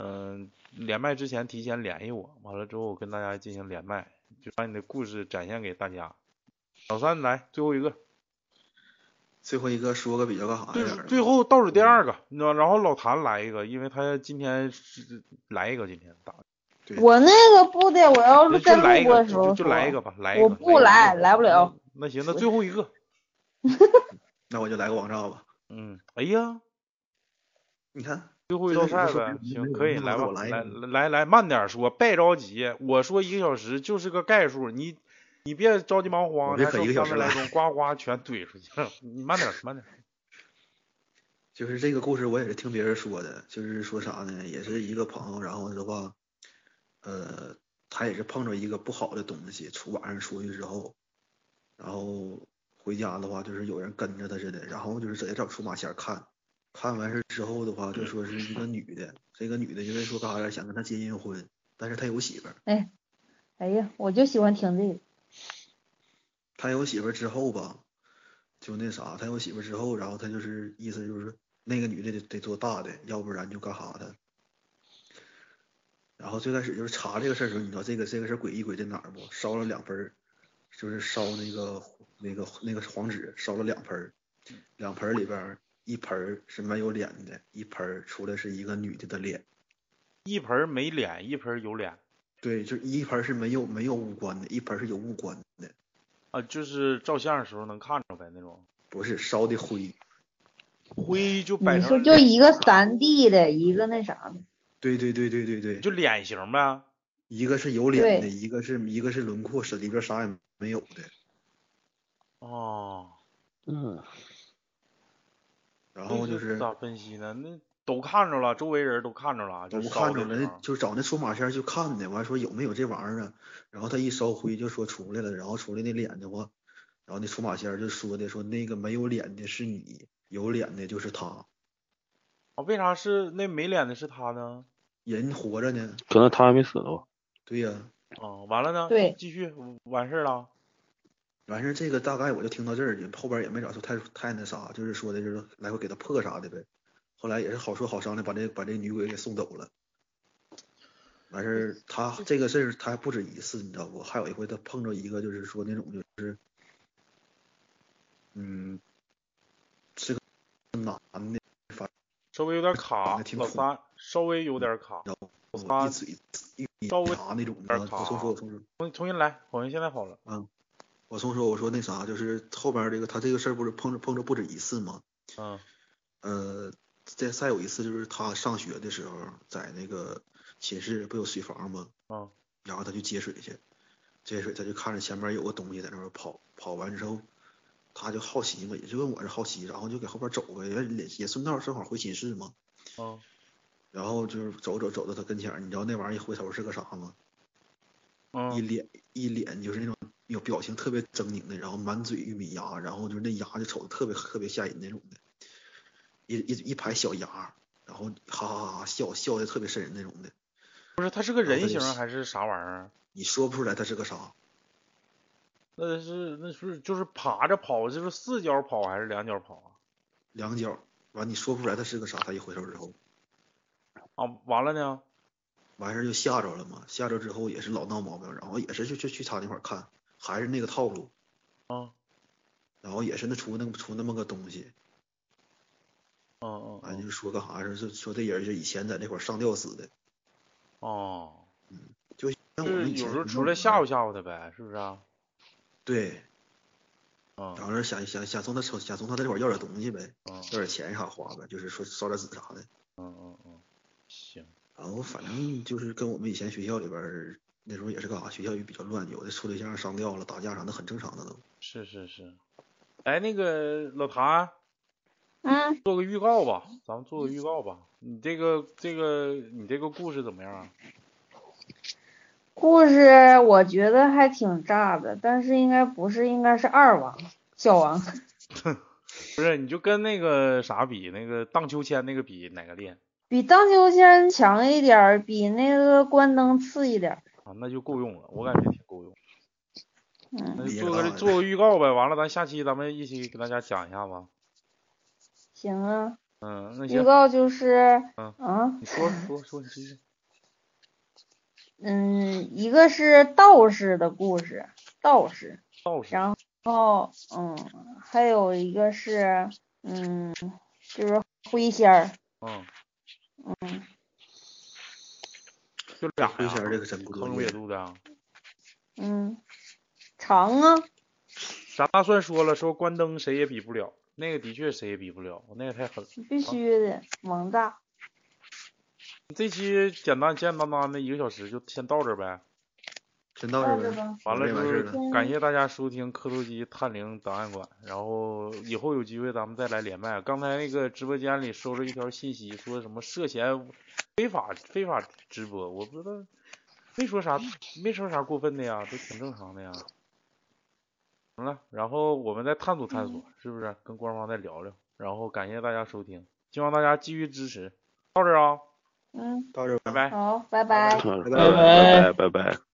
Speaker 1: 嗯、连麦之前提前联系我，完了之后我跟大家进行连麦，就把你的故事展现给大家。老三来，最后一个，
Speaker 4: 最后一个说个比较干啥一
Speaker 1: 最
Speaker 4: 点儿的
Speaker 1: 最
Speaker 4: 吧
Speaker 1: 后倒数第二个，你知道，然后老谭来一个，因为他今天是来一个，今天打，
Speaker 5: 我那个不得，我要
Speaker 1: 那就
Speaker 5: 是跟
Speaker 1: 来一
Speaker 5: 录播
Speaker 1: 个，
Speaker 5: 的时候
Speaker 1: 就就来一个
Speaker 5: 说
Speaker 1: 吧，来一个。
Speaker 5: 我不
Speaker 1: 来一个
Speaker 5: 来来不了。
Speaker 1: 那行，那最后一个，
Speaker 4: 那我就来个王照吧。
Speaker 1: 嗯，哎 呀，
Speaker 4: 你看，
Speaker 1: 最后一道菜呗，行，可以来吧，
Speaker 4: 我来一
Speaker 1: 来
Speaker 4: 个
Speaker 1: 来来，慢点说，别着急。我说一个小时就是个概数，你你别着急忙
Speaker 4: 我
Speaker 1: 慌，
Speaker 4: 这
Speaker 1: 咱
Speaker 4: 可
Speaker 1: 剩
Speaker 4: 一个小
Speaker 1: 三
Speaker 4: 时
Speaker 1: 十来
Speaker 4: 了
Speaker 1: 钟，呱呱全怼出去了。你慢点，慢点。
Speaker 4: 就是这个故事，我也是听别人说的，就是说啥呢，也是一个朋友，然后的话，呃，他也是碰着一个不好的东西，出晚上出去之后，然后回家的话，就是有人跟着他似的，然后就是在找出马仙儿看，看完事之后的话，就说是一个女的，这个女的就是说嘎呀想跟他结阴婚，但是他有媳妇儿，
Speaker 5: 哎呀，我就喜欢听这个。
Speaker 4: 他有媳妇儿之后吧，就那啥，他有媳妇儿之后，然后他就是意思就是那个女的得得做大的，要不然就干哈的。然后最开始就是查这个事儿的时候，你知道这个这个事儿诡异诡异在哪儿不？烧了两盆儿，就是烧那个那个那个黄纸，烧了两盆儿，两盆儿里边儿一盆儿是没有脸的，一盆儿出来是一个女的的脸。
Speaker 1: 一盆儿没脸，一盆儿有脸
Speaker 4: 对，就一盆儿是没有没有五官的，一盆儿是有五官的，
Speaker 1: 啊，就是照相的时候能看着呗那种。
Speaker 4: 不是烧的灰。
Speaker 1: 灰就摆
Speaker 5: 你说
Speaker 1: 成
Speaker 5: 就一个三 D 的，一个那啥的，
Speaker 4: 对对对对对对，
Speaker 1: 就脸型呗。
Speaker 4: 一个是有脸的，
Speaker 5: 对
Speaker 4: 一个是一个是轮廓是里边啥也没有的。
Speaker 1: 哦，
Speaker 2: 嗯，
Speaker 4: 然后
Speaker 1: 这
Speaker 4: 就
Speaker 1: 个
Speaker 4: 是
Speaker 1: 咋分析呢？那都看着了，周围人都看着了，就
Speaker 4: 都
Speaker 1: 烧
Speaker 4: 看
Speaker 1: 这
Speaker 4: 着
Speaker 1: 时
Speaker 4: 了
Speaker 1: 候，
Speaker 4: 就找那出马仙儿去看的，完说有没有这玩意儿啊？然后他一烧灰就说出来了，然后出来那脸的话，然后那出马仙儿就说的说那个没有脸的是你，有脸的就是他。
Speaker 1: 啊，为啥是那没脸的是他呢？
Speaker 4: 人活着呢，
Speaker 2: 可能他还没死呢吧？
Speaker 4: 对呀、
Speaker 1: 啊，完了呢？
Speaker 5: 对
Speaker 1: 继续完事儿了。
Speaker 4: 完事儿这个大概我就听到这儿，后边儿也没咋说太太那啥，就是说的就是来回给他破啥的呗。后来也是好说好商量，把这把这女鬼给送走了。完事儿，他这个事儿他还不止一次，你知道不？还有一回他碰着一个就是说那种就是，嗯，是个男的，
Speaker 1: 稍微有点卡
Speaker 4: 哎那，挺
Speaker 1: 老
Speaker 4: 苦
Speaker 1: 三稍微有点卡，
Speaker 4: 然后
Speaker 1: 他
Speaker 4: 一嘴一一
Speaker 1: 稍微
Speaker 4: 啥那种
Speaker 1: 点
Speaker 4: 的。我
Speaker 1: 卡
Speaker 4: 重说，我重说，
Speaker 1: 重重新来，好像现在好了。
Speaker 4: 我重说，我说那啥，就是后边儿这个他这个事儿不是碰着碰着不止一次吗？
Speaker 1: 嗯
Speaker 4: 呃，再再有一次就是他上学的时候，在那个寝室不有水房吗？
Speaker 1: 嗯
Speaker 4: 然后他去接水去，接水他就看着前面有个东西在那边跑，跑完之后，他就好奇嘛，也就跟我是好奇，然后就给后边走呗，也也顺道正好回寝室嘛，
Speaker 1: 嗯，
Speaker 4: 然后就是走走走到他跟前儿，你知道那玩意儿一回头是个啥吗？一
Speaker 1: 嗯，
Speaker 4: 脸一脸就是那种有表情特别狰狞的，然后满嘴玉米牙，然后就是那牙就瞅着特别特别吓人那种的，一一一排小牙，然后哈哈哈哈笑笑的特别瘆人那种的，
Speaker 1: 不是，他是个人形
Speaker 4: 然后他就
Speaker 1: 还是啥玩意儿？啊
Speaker 4: 你说不出来它是个啥，
Speaker 1: 那是那是就是爬着跑，就是四脚跑还是两脚跑啊？
Speaker 4: 两脚，完你说不出来它是个啥，他一回头之后，
Speaker 1: 啊，完了呢？
Speaker 4: 完事儿就吓着了嘛，吓着之后也是老闹毛病，然后也是就就去他那块儿看，还是那个套路，
Speaker 1: 啊
Speaker 4: 然后也是那出那出那么个东西，
Speaker 1: 嗯嗯
Speaker 4: 完
Speaker 1: 嗯
Speaker 4: 就说干啥，说是说这人就以前在那块儿上吊死的，
Speaker 1: 哦，
Speaker 4: 那
Speaker 1: 就
Speaker 4: 我们
Speaker 1: 是
Speaker 4: 以前
Speaker 1: 有时候
Speaker 4: 不
Speaker 1: 出
Speaker 4: 弄
Speaker 1: 来
Speaker 4: 啥
Speaker 1: 吓唬吓唬他呗，是不是啊？
Speaker 4: 对，
Speaker 1: 嗯
Speaker 4: 然后是想想想从他手想从他这块儿要点东西呗，
Speaker 1: 嗯
Speaker 4: 要点钱啥花呗，就是说烧点纸啥的。
Speaker 1: 嗯嗯嗯，行，
Speaker 4: 然后反正就是跟我们以前学校里边儿那时候也是干啥，学校也比较乱，有的处对象上吊了、打架啥的，很正常的都。
Speaker 1: 是是是。哎，那个老谭，
Speaker 5: 嗯，
Speaker 1: 做个预告吧，咱们做个预告吧。你这个这个你这个故事怎么样啊？
Speaker 5: 故事我觉得还挺炸的，但是应该不是，应该是二王小王，
Speaker 1: 不是，你就跟那个啥比，那个荡秋千那个比哪个厉害
Speaker 5: 比荡秋千强一点儿，比那个关灯次一点儿。
Speaker 1: 啊？那就够用了，我感觉挺够用。
Speaker 5: 嗯，
Speaker 1: 那就
Speaker 4: 别
Speaker 1: 做个
Speaker 4: 了
Speaker 1: 做个预告呗，完了咱下期咱们一起给大家讲一下吧。
Speaker 5: 行啊，
Speaker 1: 嗯，那
Speaker 5: 预
Speaker 1: 行，
Speaker 5: 告就是
Speaker 1: 嗯
Speaker 5: 啊，
Speaker 1: 你说说说，你继续。
Speaker 5: 嗯，一个是道士的故事，道士，
Speaker 1: 道士，
Speaker 5: 然后嗯，还有一个是嗯，就是灰仙儿，
Speaker 1: 嗯，
Speaker 5: 嗯，
Speaker 1: 就俩呀。
Speaker 4: 灰仙儿这个真不多
Speaker 1: 坑
Speaker 4: 见
Speaker 1: 瘪肚的啊。
Speaker 5: 嗯，长啊，
Speaker 1: 咱大蒜说了，说关灯谁也比不了，那个的确谁也比不了，那个太狠了。
Speaker 5: 必须的，王炸。
Speaker 1: 这期简单简简单单的一个小时就先到这儿呗。
Speaker 4: 先到这
Speaker 5: 到
Speaker 4: 儿
Speaker 5: 这
Speaker 4: 呗
Speaker 5: 吧，
Speaker 1: 完了
Speaker 4: 没
Speaker 1: 就
Speaker 4: 完事
Speaker 1: 是
Speaker 4: 儿了。
Speaker 1: 感谢大家收听磕头机探灵档案馆，然后以后有机会咱们再来连麦。刚才那个直播间里收着一条信息，说什么涉嫌非法非法直播，我不知道，没说啥，没说啥过分的呀，都挺正常的呀。行了，然后我们再探索探
Speaker 4: 嗯
Speaker 1: 索，是不是跟官方再聊聊？然后感谢大家收听，希望大家继续支持。到这儿啊，
Speaker 5: 嗯，
Speaker 4: 到这儿
Speaker 1: 拜拜。
Speaker 4: 吧。
Speaker 5: 好，拜拜。
Speaker 2: 拜
Speaker 4: 拜
Speaker 2: 拜拜拜。